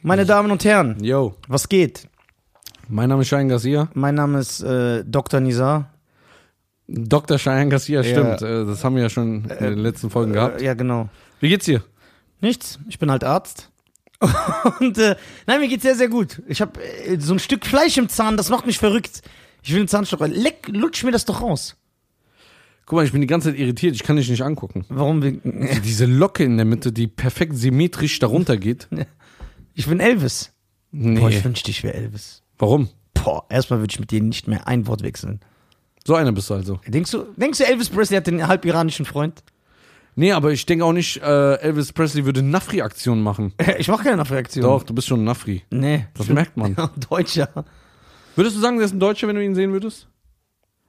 Mhm. Meine Damen und Herren, Yo, was geht? mein Name ist Cheyenne Garcia. Mein Name ist äh, Dr. Nizar. Dr. Cheyenne Garcia, Ja. stimmt. Äh, Das haben wir ja schon in den letzten Folgen gehabt. Äh, ja, genau. Wie geht's dir? Nichts, ich bin halt Arzt. Und äh, nein, mir geht's sehr, sehr gut. Ich habe äh, so ein Stück Fleisch im Zahn, das macht mich verrückt. Ich will den Zahnstocher. Leck, lutsch mir das doch raus. Guck mal, ich bin die ganze Zeit irritiert, ich kann dich nicht angucken. Also Warum? bin- Diese Locke in der Mitte, die perfekt symmetrisch darunter geht. Ich bin Elvis. Boah, ich Nee. wünschte, ich wäre Elvis. Warum? Boah, erstmal würde ich mit dir nicht mehr ein Wort wechseln. So einer bist du also. Denkst du, denkst du, Elvis Presley hat den halb iranischen Freund? Nee, aber ich denke auch nicht, äh, Elvis Presley würde Nafri-Aktion machen. Ich mache keine Nachreaktion. Doch, du bist schon ein Nafri. Nee. Das merkt man. Deutscher. Würdest du sagen, der ist ein Deutscher, wenn du ihn sehen würdest?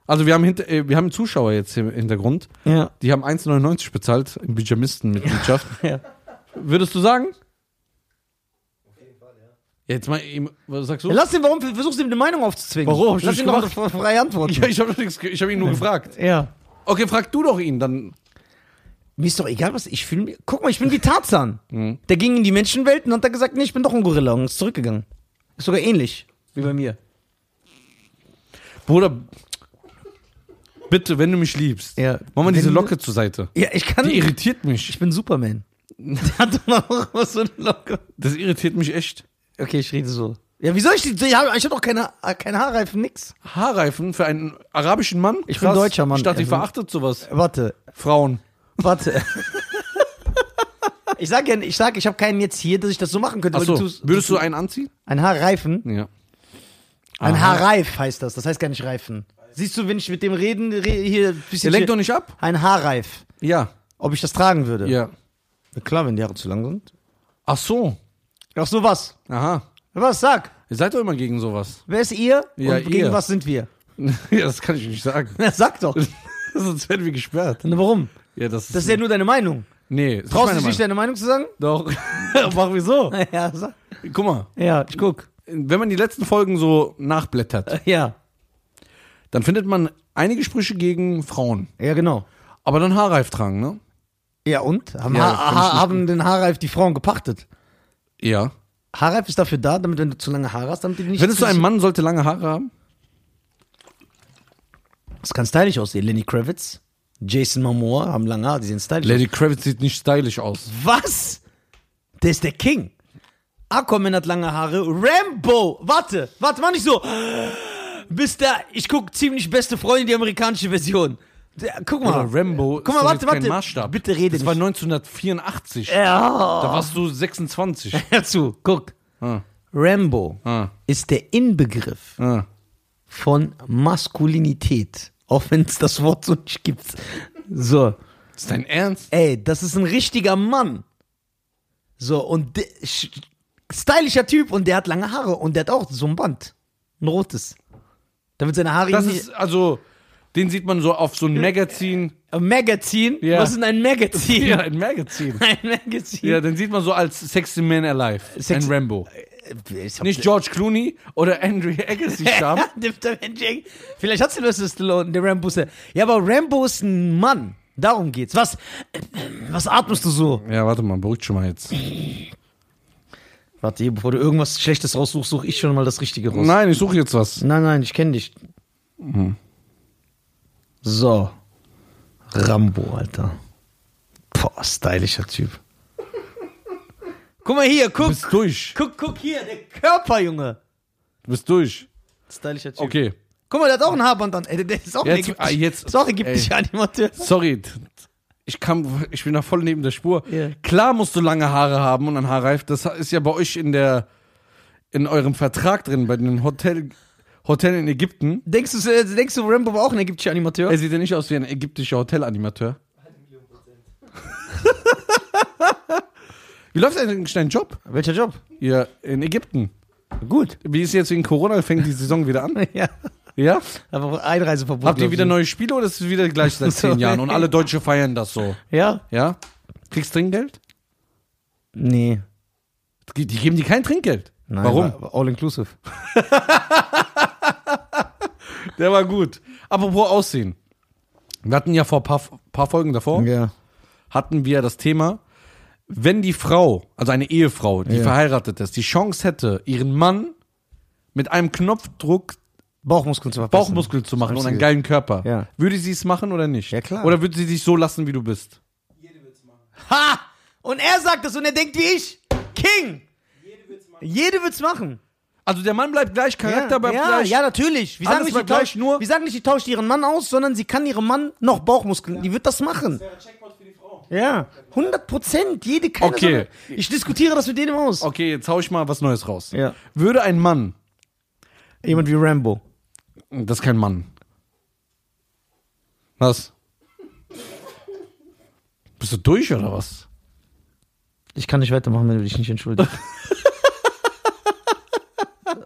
Also wir haben, hinter, äh, wir haben Zuschauer jetzt hier im Hintergrund. Ja. Die haben 1,99 bezahlt in Pyjamisten-Mitgliedschaft. Ja. Würdest du sagen? Auf jeden Fall, ja. Jetzt mal, eben, was sagst du? Ja, Lass ihn, warum versuchst du ihm eine Meinung aufzuzwingen? Warum? Hab ich Lass nicht ihn doch gemacht. mal frei antworten. Ja, ich habe hab ihn nur gefragt. Ja. Okay, frag du doch ihn dann. Mir ist doch egal, was ich fühle. Guck mal, ich bin wie Tarzan. Der ging in die Menschenwelt und hat da gesagt, nee, ich bin doch ein Gorilla und ist zurückgegangen. Ist sogar ähnlich wie bei mir. Bruder, bitte, wenn du mich liebst, Ja. mach mal diese Wenn- Locke zur Seite. Ja, ich kann. Die irritiert mich. ich bin Superman. Der hatte mal auch was so eine Locke. Das irritiert mich echt. Okay, ich rede so. Ja, wie soll ich die? Ich habe hab doch keine, äh, keine Haarreifen, nix. Haarreifen für einen arabischen Mann? Ich bin deutscher Mann. Ich dachte, ich Also- verachtet sowas. Warte, Frauen. warte. ich sag ja, ich sag, ich habe keinen jetzt hier, dass ich das so machen könnte. weil Achso, du tust- würdest du einen anziehen? Ein Haarreifen? Ja. Ein Aha. Haarreif heißt das. Das heißt gar nicht Reifen. Siehst du, wenn ich mit dem reden, re hier ein Ihr bisschen. lenkt doch nicht ab? ein Haarreif. Ja. Ob ich das tragen würde? Ja. Na Klar, wenn die Haare zu lang sind. Ach so. Ach so, was? Aha. Was? Sag. Ihr seid doch immer gegen sowas. Wer ist ihr? Ja, und gegen ihr. was sind wir? ja, das kann ich nicht sagen. Na, sag doch. Sonst werden wir gesperrt. Na, warum? Ja, das ist. Das ist ja nur deine Meinung. nee, das Traust du ist dich meine nicht, deine Meinung zu sagen? Meinung. Doch. Machen wir so. Ja, sag. Guck mal, Ja, ich guck. wenn man die letzten Folgen so nachblättert, Ja. dann findet man einige Sprüche gegen Frauen. Ja, genau. Aber dann Haarreif tragen, ne? Ja, und? Haben, Ja, ha find ich ha nicht haben den Haarreif die Frauen gepachtet? Ja. Haarreif ist dafür da, damit wenn du zu lange Haare hast, damit die nicht. Findest du, zu- ein Mann sollte lange Haare haben? Das kann stylisch aussehen. Lenny Kravitz, Jason Momoa haben lange Haare, die sehen stylisch Lady Kravitz sieht nicht stylisch aus. aus. Was? Der ist der King. Aquaman hat lange Haare. Rambo! Warte, warte, mach nicht so. Bist der, ich guck ziemlich beste Freunde, die amerikanische Version. Der, guck mal. Oder Rambo. Guck mal, ist doch warte, jetzt kein warte. Maßstab. Bitte rede Das war nicht. 1984. Ja. Da warst du 26. Hör zu, guck. ah, Rambo ah, ist der Inbegriff ah. von Maskulinität. Auch wenn es das Wort so nicht gibt. So. Ist dein Ernst? Ey, das ist ein richtiger Mann. So, und de- sch- stylischer Typ und der hat lange Haare und der hat auch so ein Band. Ein rotes. Damit seine Haare Das ihn- ist, also, den sieht man so auf so einem Magazin. Ein Magazin? Ja. Was ist denn ein Magazin? Ja, ein Magazin. Ein Magazin. Ja, den sieht man so als Sexy Man Alive. Sexy- ein Rambo. Äh, Ich hab- Nicht George Clooney oder Andrew Agassi Stamm. Dem Da Vinci Eng- Vielleicht hat Sylvester Stallone der Rambo. se- Ja, aber Rambo ist ein Mann. Darum geht's. Was, äh, was atmest du so? Ja, warte mal, beruhigt schon mal jetzt. Warte, hier, bevor du irgendwas Schlechtes raussuchst, suche ich schon mal das Richtige raus. Nein, ich suche jetzt was. Nein, nein, ich kenne dich. Hm. So. Rambo, Alter. Boah, stylischer Typ. Guck mal hier, Du guck. bist durch. Guck, guck hier, der Körper, Junge. Du bist durch. Stylischer Typ. Okay. Guck mal, der hat auch ein Haarband an. Ey, der- der ist auch ein Jetzt- ägyptisch- ah, jetzt- ist auch ägyptischer Animateur. Sorry. Ich kam, ich bin da voll neben der Spur. Ja. Klar musst du lange Haare haben und ein Haarreif. Das ist ja bei euch in der, in eurem Vertrag drin, bei den Hotel, Hotel in Ägypten. Denkst du, äh, denkst du, Rambo war auch ein ägyptischer Animateur? Er sieht ja nicht aus wie ein ägyptischer Hotelanimateur. Wie läuft eigentlich dein Job? Welcher Job? Ja, in Ägypten. Gut. Wie ist jetzt wegen Corona? Fängt die Saison wieder an? Ja, Also- Ja? aber Einreiseverbot. Habt ihr glaub wieder ich. neue Spiele oder ist es wieder gleich seit So. zehn Jahren? Und alle Deutsche feiern das so. Ja? Ja? Kriegst Trinkgeld? Nee. Die die geben dir kein Trinkgeld. Nein, Warum? war- war All inclusive. Der war gut. Apropos Aussehen. Wir hatten ja vor ein paar, paar Folgen davor, Ja. hatten wir das Thema, wenn die Frau, also eine Ehefrau, die Ja. verheiratet ist, die Chance hätte, ihren Mann mit einem Knopfdruck Bauchmuskeln zu verbessern. Bauchmuskel zu machen und einen Richtige. geilen Körper, Ja. würde sie es machen oder nicht? Ja, klar. Oder würde sie dich so lassen, wie du bist? Ha! Und er sagt das und er denkt wie ich. King! Jede wird's machen. Also der Mann bleibt gleich, Charakter ja, bleibt ja, gleich. ja, natürlich. Wir Alles sagen, nicht, die bleibt gleich, tauscht, nur- wir sagen nicht, die tauscht ihren Mann aus, sondern sie kann ihrem Mann noch Bauchmuskeln. Die wird das machen. Ja, 100 Prozent. Jede keine Okay. Sorge. Ich diskutiere das mit jedem aus. Okay, jetzt hau ich mal was Neues raus. Ja. Würde ein Mann, Jemand wie Rambo. das ist kein Mann. Was? Bist du durch oder was? Ich kann nicht weitermachen, wenn du dich nicht entschuldigst.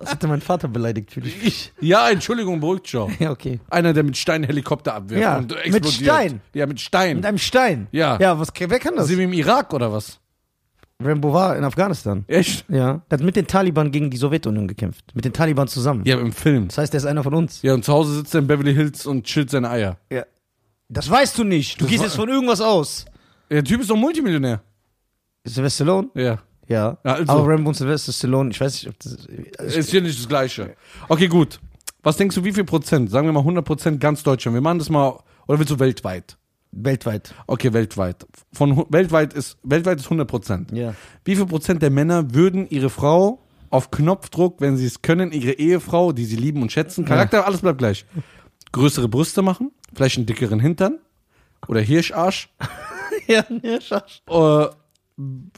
das hatte mein Vater beleidigt für dich. Ja, Entschuldigung, beruhigt schon. Ja, okay. Einer, der mit Stein Helikopter abwirft Ja, und mit explodiert. Stein. Ja, mit Mit Stein. einem Stein. Ja. Ja, was, wer kann das? Sind wir im Irak oder was? Rambo war in Afghanistan. Echt? Ja. Er hat mit den Taliban gegen die Sowjetunion gekämpft. Mit den Taliban zusammen. Ja, im Film. Das heißt, er ist einer von uns. Ja, und zu Hause sitzt er in Beverly Hills und chillt seine Eier. Ja. Das weißt du nicht. Du gehst war- jetzt von irgendwas aus. Der Typ ist doch Multimillionär. Sylvester Stallone? Ja. Ja. Ja, also. Aber Rambo und Sylvester Stallone, ich weiß nicht, ob das. äh, Ist hier nicht das Gleiche. Okay, gut. Was denkst du, wie viel Prozent? Sagen wir mal 100 Prozent ganz Deutschland. Wir machen das mal, oder willst du weltweit? Weltweit. Okay, weltweit. Von hu- weltweit ist, weltweit ist 100 Prozent. Ja. Wie viel Prozent der Männer würden ihre Frau auf Knopfdruck, wenn sie es können, ihre Ehefrau, die sie lieben und schätzen, Charakter, alles bleibt gleich, größere Brüste machen, vielleicht einen dickeren Hintern oder Hirscharsch Ja, ja, schach. äh,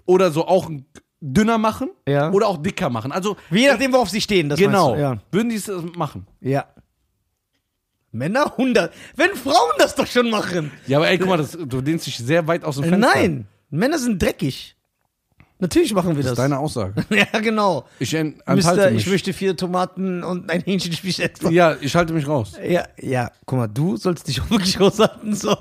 oder so auch einen dünner machen Ja. oder auch dicker machen. Also Je nachdem, worauf sie stehen, das genau, meinst du. würden die es äh, machen? Ja. ja. Männer 100. Wenn Frauen das doch schon machen. Ja, aber ey, guck mal, das, du lehnst dich sehr weit aus dem Fenster. Äh, Nein, Männer sind dreckig. Natürlich machen wir das. Das ist deine Aussage. ja, genau. Ich en- enthalte Mister, mich. ich möchte vier Tomaten und ein Hähnchenspieß extra. ja, ich halte mich raus. Ja, ja, guck mal, du sollst dich auch wirklich raushalten, so.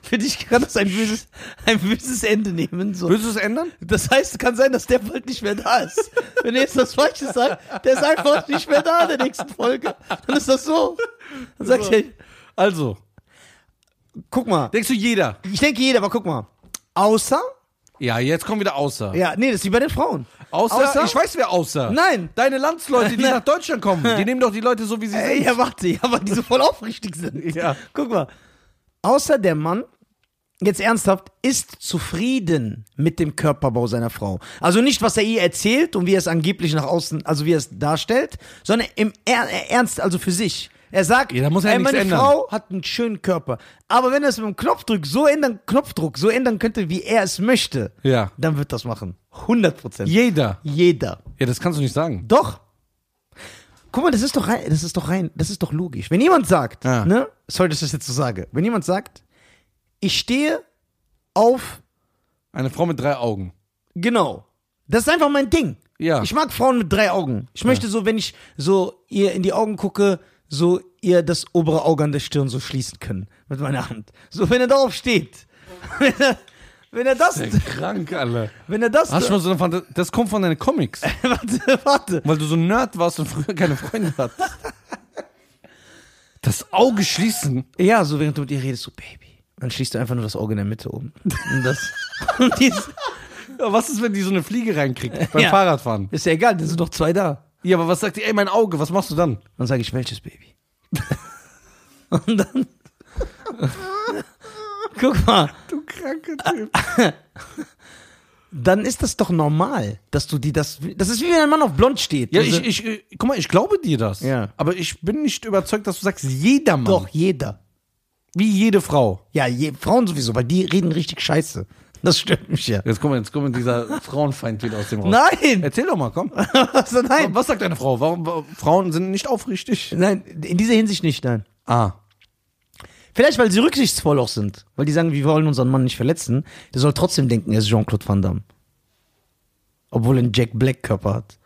Für dich kann das ein böses, ein böses Ende nehmen, so. Willst du es ändern? Das heißt, kann sein, dass der bald nicht mehr da ist. Wenn er jetzt das Falsche sagt, der ist einfach nicht mehr da in der nächsten Folge. Dann ist das so. Dann sagt er, Also, guck mal, denkst du jeder? ich denke jeder, aber guck mal. Außer, Ja, jetzt kommen wieder außer. ja, nee, das ist wie bei den Frauen. Außer, Außer- ich weiß wer außer. Nein. Deine Landsleute, die Nein. nach Deutschland kommen, die nehmen doch die Leute so, wie sie Äh, sind. ja, warte, ja, aber die so voll aufrichtig sind. Ja. Guck mal. Außer der Mann, jetzt ernsthaft, ist zufrieden mit dem Körperbau seiner Frau. Also nicht, was er ihr erzählt und wie er es angeblich nach außen, also wie er es darstellt, sondern im er er- Ernst, also für sich. Er sagt, Ja, da muss er ja ey, nichts meine ändern. Frau hat einen schönen Körper. Aber wenn er es mit dem Knopfdruck so ändern, Knopfdruck so ändern könnte, wie er es möchte, Ja. dann wird das machen. 100 Prozent. Jeder. Jeder. Ja, das kannst du nicht sagen. Doch. Guck mal, das ist doch rein, das ist doch rein, das ist doch logisch. Wenn jemand sagt, Ja. ne, sorry, dass ich das jetzt so sage, wenn jemand sagt, ich stehe auf, Eine Frau mit drei Augen. genau, das ist einfach mein Ding. Ja. Ich mag Frauen mit drei Augen. Ich möchte so, wenn ich so ihr in die Augen gucke, so ihr das obere Auge an der Stirn so schließen können mit meiner Hand. So, wenn er darauf steht, wenn er, wenn er das, Krank, alle. wenn er das, Hast du mal so eine Fantasie? Das kommt von deinen Comics, warte, warte, weil du so ein Nerd warst und früher keine Freunde hattest. Das Auge schließen. Ja, so während du mit ihr redest, so Baby. Dann schließt du einfach nur das Auge in der Mitte oben. Und das und die ist, Ja, Was ist, wenn die so eine Fliege reinkriegt beim Ja. Fahrradfahren? ist ja egal, da sind doch zwei da. Ja, aber was sagt die? Ey, mein Auge, was machst du dann? Dann sage ich, welches Baby? Und dann. Guck mal, Du kranke Typ. dann ist das doch normal, dass du die das. Das ist wie wenn ein Mann auf blond steht. Ja, Also- ich, ich, äh, guck mal, ich glaube dir das. Ja. Aber ich bin nicht überzeugt, dass du sagst, jeder Mann. doch, jeder. Wie jede Frau. Ja, je, Frauen sowieso, weil die reden richtig scheiße. Das stört mich ja. Jetzt kommt, jetzt kommt dieser Frauenfeind wieder aus dem Raum. Nein! Erzähl doch mal, komm. Also nein! Was sagt deine Frau? Warum, wa- Frauen sind nicht aufrichtig? Nein, in dieser Hinsicht nicht, nein. Ah. Vielleicht, weil sie rücksichtsvoll auch sind. Weil die sagen, wir wollen unseren Mann nicht verletzen. Der soll trotzdem denken, er ist Jean-Claude Van Damme. Obwohl er einen Jack Black-Körper hat.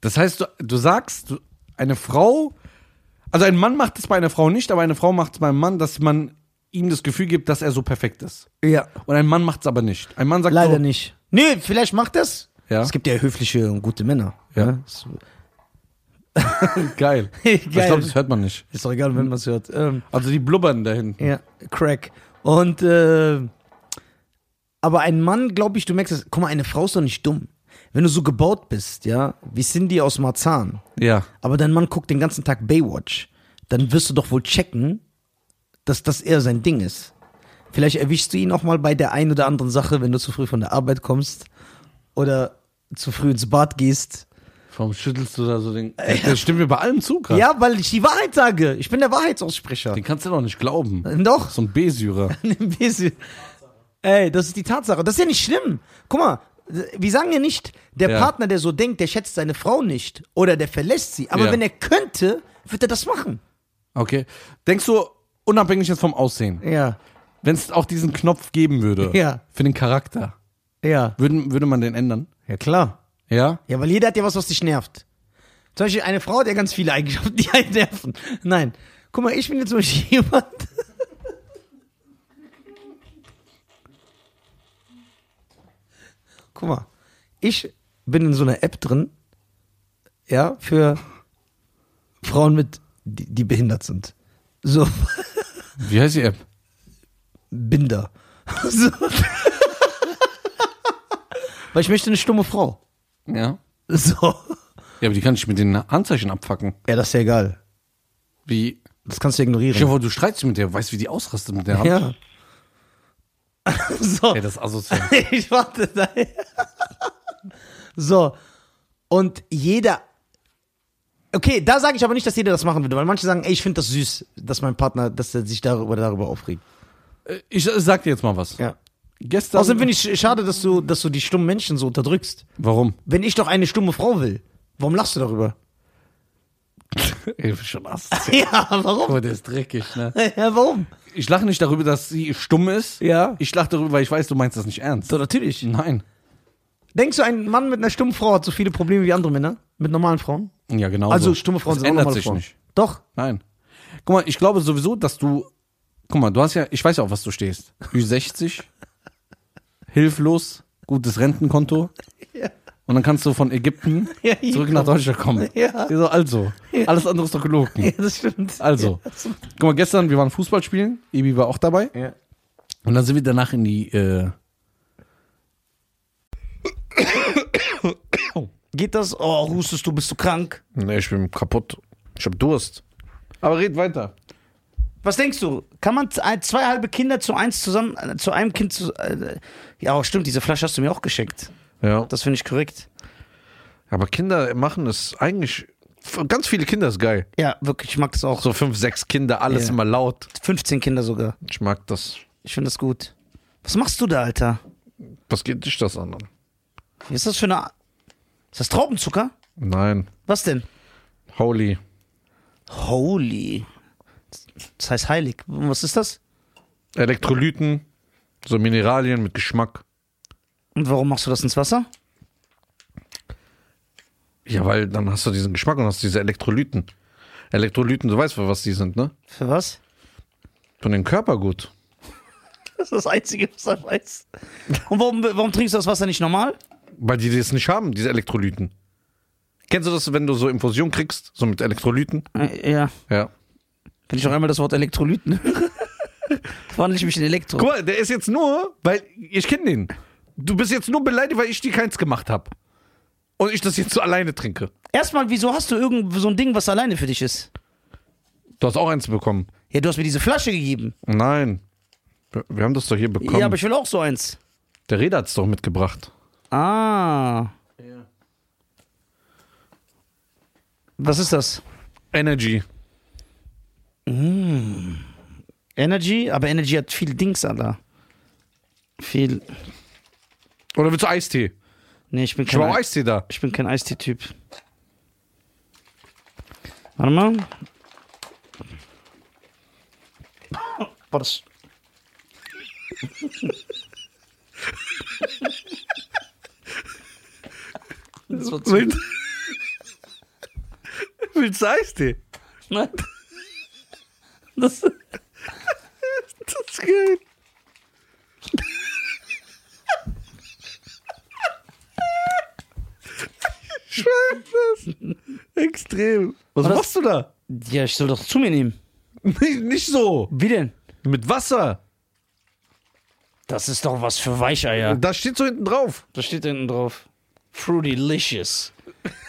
Das heißt, du, du sagst, du, eine Frau, also ein Mann macht es bei einer Frau nicht, aber eine Frau macht es beim Mann, dass man ihm das Gefühl gibt, dass er so perfekt ist. Ja. Und ein Mann macht es aber nicht. Ein Mann sagt oh, Leider so, nicht. Nee, vielleicht macht das. Ja. Es gibt ja höfliche und gute Männer. Ja. ne? Ist, Geil. Geil. Ich glaube, das hört man nicht. ist doch egal, wenn man es hört. Ähm, Also die blubbern da hinten. ja, Crack. Und äh, Aber ein Mann, glaube ich, du merkst es. Guck mal, eine Frau ist doch nicht dumm. Wenn du so gebaut bist, ja, wie Cindy aus Marzahn, Ja. aber dein Mann guckt den ganzen Tag Baywatch, dann wirst du doch wohl checken, dass das eher sein Ding ist. Vielleicht erwischst du ihn auch mal bei der einen oder anderen Sache, wenn du zu früh von der Arbeit kommst oder zu früh ins Bad gehst. Warum schüttelst du da so den. Das stimmt mir bei allem zu, gerade. Ja, weil ich die Wahrheit sage. Ich bin der Wahrheitsaussprecher. Den kannst du doch nicht glauben. Doch. So ein B-Syrer. Ein bisschen. Ey, das ist die Tatsache. Das ist ja nicht schlimm. Guck mal, wir sagen ja nicht, der Ja. Partner, der so denkt, der schätzt seine Frau nicht oder der verlässt sie. Aber Ja. wenn er könnte, wird er das machen. Okay. Denkst du, unabhängig jetzt vom Aussehen, Ja, wenn es auch diesen Knopf geben würde, Ja. für den Charakter, ja. würden, würde man den ändern? Ja, klar. Ja? Ja, weil jeder hat ja was, was dich nervt. Zum Beispiel eine Frau hat ja ganz viele Eigenschaften, die einen nerven. Nein. Guck mal, ich bin jetzt zum Beispiel jemand. Guck mal, ich bin in so einer App drin, ja, für Frauen mit, die, die behindert sind. So, Wie heißt die App? Binder. So. Weil ich möchte eine stumme Frau. Ja. So. Ja, aber die kann ich mit den Handzeichen abfacken. Ja, das ist ja egal. Wie? Das kannst du ignorieren. Stell dir vor, du streitst mit der, weißt, wie die ausrastet mit der Hand. Ja. so, Ey, das ist asozial. ich warte da. so, und jeder. Okay, da sage ich aber nicht, dass jeder das machen würde, weil manche sagen, ey, ich finde das süß, dass mein Partner, dass er sich darüber, darüber aufregt. Ich sag dir jetzt mal was. Ja. Gestern. Außerdem finde ich sch- schade, dass du, dass du die stummen Menschen so unterdrückst. Warum? Wenn ich doch eine stumme Frau will, warum lachst du darüber? Ey, schon ass. ja, warum? Oh, der ist dreckig, ne? Ja, warum? Ich lache nicht darüber, dass sie stumm ist. Ja. Ich lache darüber, weil ich weiß, du meinst das nicht ernst. So, natürlich. Nein. Denkst du, ein Mann mit einer stummen Frau hat so viele Probleme wie andere Männer? Mit normalen Frauen? Ja, genau. Also, so. stumme Frauen das sind auch ändert normale sich Frauen. nicht. Doch. Nein. Guck mal, ich glaube sowieso, dass du. Guck mal, du hast ja, ich weiß ja auch, was du stehst. Ü60, hilflos, gutes Rentenkonto. Und dann kannst du von Ägypten Ja, genau. hier zurück nach Deutschland kommen. Ja. So, Also, alles andere ist doch gelogen. Ja, das stimmt. Also, guck mal, gestern, wir waren Fußball spielen, Ebi war auch dabei. Ja. Und dann sind wir danach in die, äh, Geht das? Oh, hustest du, bist du krank? Nee, ich bin kaputt. Ich hab Durst. aber red weiter. Was denkst du? Kann man z- ein- zwei halbe Kinder zu eins zusammen, äh, zu einem Kind zu. Äh, ja, stimmt, diese Flasche hast du mir auch geschenkt. Ja. Das finde ich korrekt. Aber Kinder machen es eigentlich. Ganz viele Kinder ist geil. Ja, wirklich, ich mag das auch. So fünf, sechs Kinder, alles Ja. immer laut. 15 Kinder sogar. Ich mag das. Ich finde das gut. Was machst du da, Alter? Was geht dich das an? Was ist das für eine. Ist das Traubenzucker? Nein. Was denn? Holy. Holy. Das heißt heilig. Was ist das? Elektrolyten, so Mineralien mit Geschmack. Und warum machst du das ins Wasser? Ja, weil dann hast du diesen Geschmack und hast diese Elektrolyten. Elektrolyten, du weißt, für was die sind, ne? Für was? Für den Körper gut. Das ist das Einzige, was er weiß. Und warum, warum trinkst du das Wasser nicht normal? Weil die das nicht haben, diese Elektrolyten. Kennst du das, wenn du so Infusion kriegst, so mit Elektrolyten? Äh, Ja. Ja. Wenn ich noch einmal das Wort Elektrolyten höre, wandle ich mich in Elektro. Guck mal, der ist jetzt nur, weil ich kenne den. Du bist jetzt nur beleidigt, weil ich dir keins gemacht habe. Und ich das jetzt so alleine trinke. Erstmal, wieso hast du irgend so ein Ding, was alleine für dich ist? Du hast auch eins bekommen. Ja, du hast mir diese Flasche gegeben. Nein. Wir- Wir haben das doch hier bekommen. Ja, aber ich will auch so eins. der Reda hat's doch mitgebracht. Ah. Was ist das? Energy. Energy? Aber Energy hat viel Dings, Alter. Viel. Oder willst du Eistee? Nee, ich bin Ich habe auch kein, Eistee da. ich bin kein Eistee-Typ. Warte mal. Boah, das Willst, willst du Eistee? Nein. Das, Das ist geil. Ich mag das. Extrem. Was Was? machst du da? ja, ich soll doch zu mir nehmen. Nicht, nicht so. Wie denn? Mit Wasser. Das ist doch was für Weicheier. Das steht so hinten drauf. Da steht hinten drauf. Fruitylicious.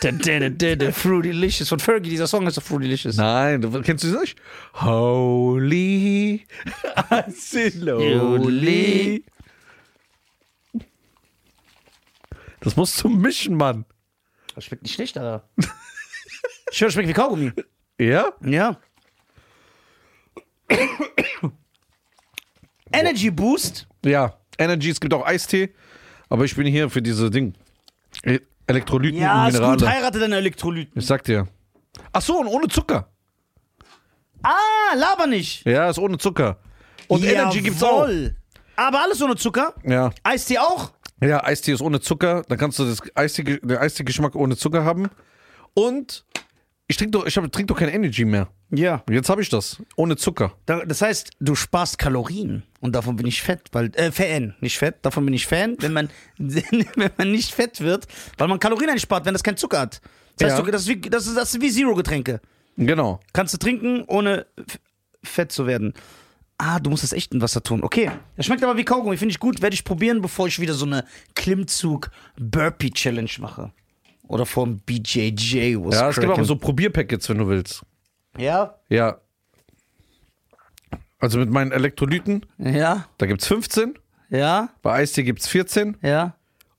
Da, da, da, da, da, Fruitylicious. Von Fergie, dieser Song heißt doch Fruitylicious. Nein, du- kennst du das nicht? Holy Asiloli. Das musst du mischen, Mann. Das schmeckt nicht schlecht, Alter. Ich höre, schmeckt wie Kaugummi. Ja? Ja. Energy Boost. Ja. Energy, es gibt auch Eistee. Aber ich bin hier für diese Ding. E- Elektrolyten Ja, und ist gut. Minerale. Heirate deine Elektrolyten. Ich sag dir. Ach so, und ohne Zucker. Ah, laber nicht. Ja, ist ohne Zucker. Und Energy gibt's auch. Jawohl. Aber alles ohne Zucker. Ja. Eistee auch. Ja, Eistee ist ohne Zucker. Dann kannst du das Eistee, den Eistee-Geschmack ohne Zucker haben. Und ich trinke doch, ich hab- trink doch kein Energy mehr. Ja. Jetzt habe ich das. Ohne Zucker. Da- Das heißt, du sparst Kalorien und davon bin ich fett, weil äh, Fan, nicht fett, davon bin ich Fan, wenn man wenn man nicht fett wird, weil man Kalorien einspart, wenn das kein Zucker hat. Das heißt, Ja. du, das, ist wie, das, ist, das ist wie Zero Getränke. Genau. Kannst du trinken, ohne f- fett zu werden. Ah, du musst das echt in Wasser tun. Okay. Das schmeckt aber wie Kaugummi. Finde ich gut. Werde ich probieren, bevor ich wieder so eine Klimmzug-Burpee-Challenge mache. Oder vom BJJ. was Ja, es gibt crackin'. aber so Probierpackets, wenn du willst. Ja? Ja. Also mit meinen Elektrolyten, Ja? da gibt's 15. Ja? Bei Eistee gibt's 14. Ja?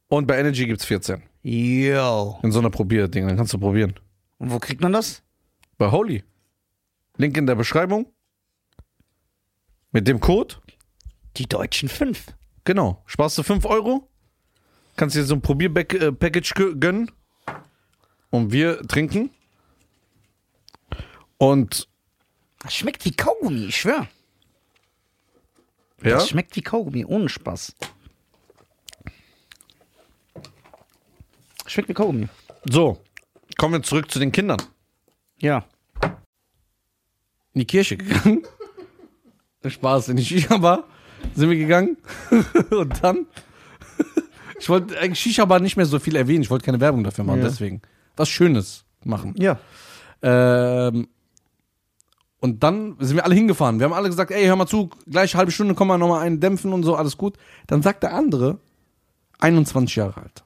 Und bei Energy gibt's 14. Yo. In so einer Probierding. Dann kannst du probieren. Und wo kriegt man das? Bei Holy. Link in der Beschreibung. Mit dem Code. Die deutschen fünf. Genau. Sparst du 5 Euro. Kannst dir so ein Probierpackage gönnen. Und wir trinken. Und Das schmeckt wie Kaugummi, ich schwör. ja, Das schmeckt wie Kaugummi, ohne Spaß. Schmeckt wie Kaugummi. so. Kommen wir zurück zu den Kindern. Ja. in die Kirche gegangen. Spaß, in die Shisha-Bar sind wir gegangen. Und dann, ich wollte eigentlich Shisha-Bar nicht mehr so viel erwähnen. Ich wollte keine Werbung dafür machen, deswegen. Was Schönes machen. Ja. Ähm, und dann sind wir alle hingefahren. Wir haben alle gesagt, ey, hör mal zu, gleich halbe Stunde kommen wir nochmal einen dämpfen und so, alles gut. Dann sagt der andere, 21 Jahre alt.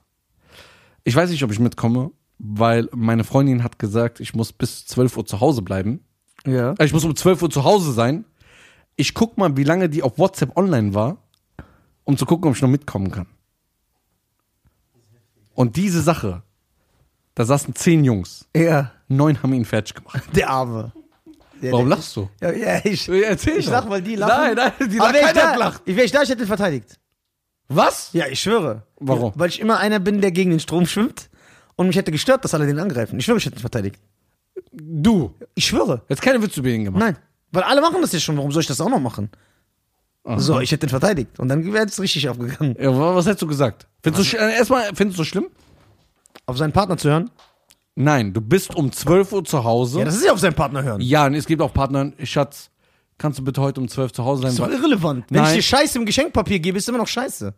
Ich weiß nicht, ob ich mitkomme, weil meine Freundin hat gesagt, ich muss bis 12 Uhr zu Hause bleiben. Ja. Ich muss um 12 Uhr zu Hause sein. Ich guck mal, wie lange die auf WhatsApp online war, um zu gucken, ob ich noch mitkommen kann. Und diese Sache, da saßen zehn Jungs, Ja. neun haben ihn fertig gemacht. Der Arme. Warum lachst du? Ja, ja ich. Erzähl Ich lach, weil die lachen. Nein, nein, die Aber lachen. wär ich Keiner da, hat lacht. Ich wäre ich da, ich hätte ihn verteidigt. Was? Ja, ich schwöre. Warum? Weil ich immer einer bin, der gegen den Strom schwimmt und mich hätte gestört, dass alle den angreifen. Ich schwöre, ich hätte ihn verteidigt. Du. Ich schwöre. Jetzt keine Witze über ihn gemacht. Nein. Weil alle machen das ja schon. Warum soll ich das auch noch machen? So, ich hätte ihn verteidigt. Und dann wäre es richtig aufgegangen. Ja, wa- was hättest du gesagt? Findest du, sch- äh, erstmal, findest du schlimm? Auf seinen Partner zu hören? Nein, du bist um 12 Uhr zu Hause. Ja, das ist ja auf seinen Partner hören. Ja, und es gibt auch Partner, Schatz, kannst du bitte heute um 12 zu Hause sein? Ist doch Weil- irrelevant. Wenn Nein. ich dir Scheiße im Geschenkpapier gebe, ist immer noch Scheiße.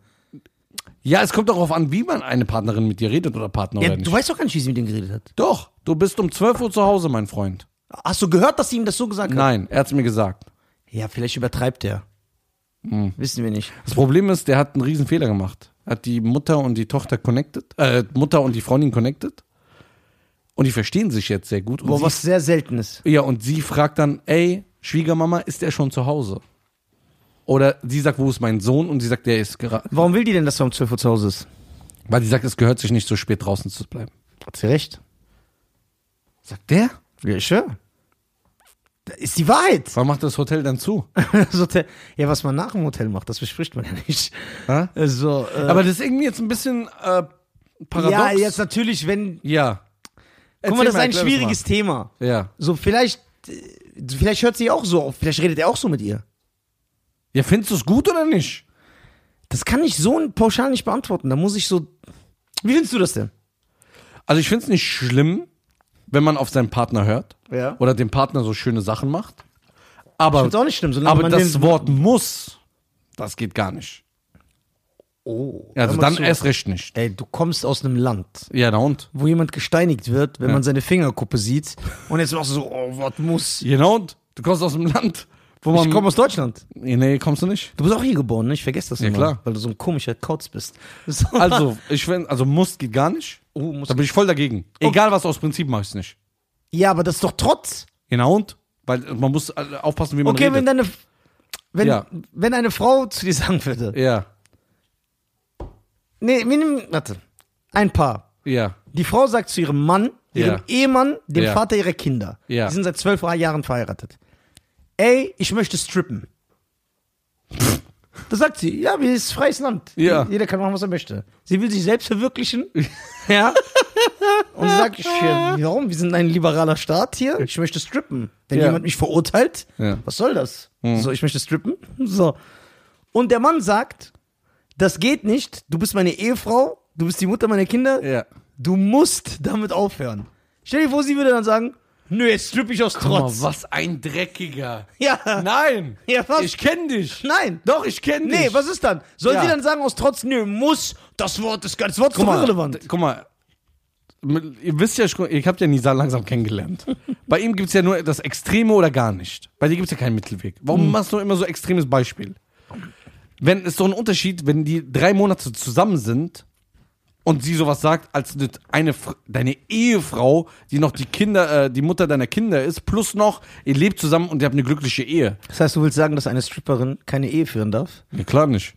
Ja, es kommt darauf an, wie man eine Partnerin mit dir redet oder Partner Ja, oder nicht. du weißt doch gar nicht, wie sie mit ihm geredet hat. Doch, du bist um 12 Uhr zu Hause, mein Freund. Hast du gehört, dass sie ihm das so gesagt hat? Nein, er hat's mir gesagt. Ja, vielleicht übertreibt er. Wissen wir nicht. Das Problem ist, der hat einen riesen Fehler gemacht. Er Hat die Mutter und die Tochter connected, äh, Mutter und die Freundin connected. Und die verstehen sich jetzt sehr gut. Und Boah, sie, was sehr Seltenes. Ja, und sie fragt dann, ey, Schwiegermama, ist er schon zu Hause? Oder sie sagt, wo ist mein Sohn? Und sie sagt, der ist gerade. Warum will die denn, dass er um 12 Uhr zu Hause ist? Weil sie sagt, es gehört sich nicht so spät draußen zu bleiben. Hat sie recht? Sagt der? Ja, ich höre. Das ist die Wahrheit. Wann macht das Hotel dann zu? Das Hotel. Ja, was man nach dem Hotel macht, das bespricht man ja nicht. Hä? Also, äh, Aber das ist irgendwie jetzt ein bisschen äh, paradox. ja, jetzt natürlich, wenn. Ja. Guck mal, das ist ein schwieriges Thema. Ja. So, vielleicht, äh, vielleicht hört sie auch so auf, vielleicht redet er auch so mit ihr. Ja, findest du es gut oder nicht? Das kann ich so pauschal nicht beantworten. Da muss ich so. Wie findest du das denn? Also ich finde es nicht schlimm, wenn man auf seinen Partner hört Ja. oder dem Partner so schöne Sachen macht. Aber, Find's auch nicht schlimm, solange aber man das den- Wort muss, das geht gar nicht. Oh. Also hör mal dann zu. erst recht nicht. Ey, du kommst aus einem Land, Ja, na und? wo jemand gesteinigt wird, wenn Ja. man seine Fingerkuppe sieht. Und jetzt machst du so, oh, was muss. Ja, na und? Du kommst aus dem Land, wo man. Ich komme aus Deutschland. nee, kommst du nicht. Du bist auch hier geboren, ne? Ich vergesse das Ja, immer, klar. weil du so ein komischer Kauz bist. So. Also, ich wenn, also Must geht gar nicht. Oh, muss- Da bin ich voll dagegen. Egal was aus Prinzip mache ich es nicht. ja, aber das ist doch Trotz. Genau und? Weil man muss äh, aufpassen, wie man Okay, wenn redet. deine wenn, Ja. wenn eine Frau zu dir sagen würde, ja, nee, minim, warte, ein Paar. ja, Die Frau sagt zu ihrem Mann, ihrem Ja. Ehemann, dem Ja. Vater ihrer Kinder. Ja. Die sind seit zwölf Jahren verheiratet. Ey, ich möchte strippen. Da sagt sie, ja, wir ist freies Land. Ja. Jeder kann machen, was er möchte. Sie will sich selbst verwirklichen. ja. Und sie sagt, ich, warum? Wir sind ein liberaler Staat hier. Ich möchte strippen. Wenn Ja. jemand mich verurteilt, Ja. Hm. was soll das? So, ich möchte strippen. So. Und der Mann sagt, das geht nicht. Du bist meine Ehefrau. Du bist die Mutter meiner Kinder. ja. Du musst damit aufhören. Stell dir vor, sie würde dann sagen, nö, jetzt strippe ich aus Trotz. was ein dreckiger. Ja. Nein. Ja, was? Ich kenne dich. Nein. Doch, ich kenne dich. Nee, was ist dann? Soll Ja. sie dann sagen, aus Trotz, nö, muss, das Wort ist ganz, das Wort ist Guck doch mal, irrelevant. d- Guck mal. Mit- Ihr wisst ja, schon- ihr habt ja Nisa langsam kennengelernt. Bei ihm gibt es ja nur das Extreme oder gar nicht. Bei dir gibt es ja keinen Mittelweg. Warum machst du immer so extremes Beispiel? Wenn es doch ein Unterschied, wenn die drei Monate zusammen sind und sie sowas sagt, als mit eine Fr- deine Ehefrau, die noch die Kinder, äh, die Mutter deiner Kinder ist, plus noch, ihr lebt zusammen und ihr habt eine glückliche Ehe. Das heißt, du willst sagen, dass eine Stripperin keine Ehe führen darf? Ja, klar nicht.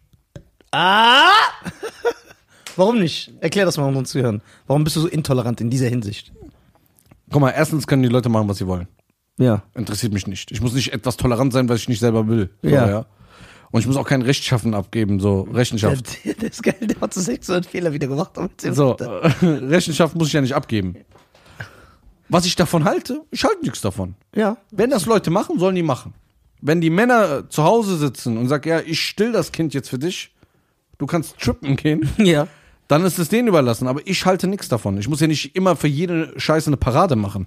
Ah! Warum nicht? Erklär das mal unseren Zuhörern. Warum bist du so intolerant in dieser Hinsicht? Guck mal, erstens können die Leute machen, was sie wollen. Ja. interessiert mich nicht. Ich muss nicht etwas tolerant sein, weil ich nicht selber will. So, Ja. Und ich muss auch kein Rechtschaffen abgeben, so Der, Rechenschaft. der, der ist geil, der hat so 600 Fehler wieder gemacht. aber jetzt- So, äh, Rechenschaft muss ich ja nicht abgeben. Was ich davon halte, ich halte nichts davon. Ja. Wenn das Leute machen, sollen die machen. Wenn die Männer äh, zu Hause sitzen und sagen, ja, ich still das Kind jetzt für dich, du kannst trippen gehen, Ja. dann ist es denen überlassen. Aber ich halte nichts davon. Ich muss ja nicht immer für jede Scheiße eine Parade machen.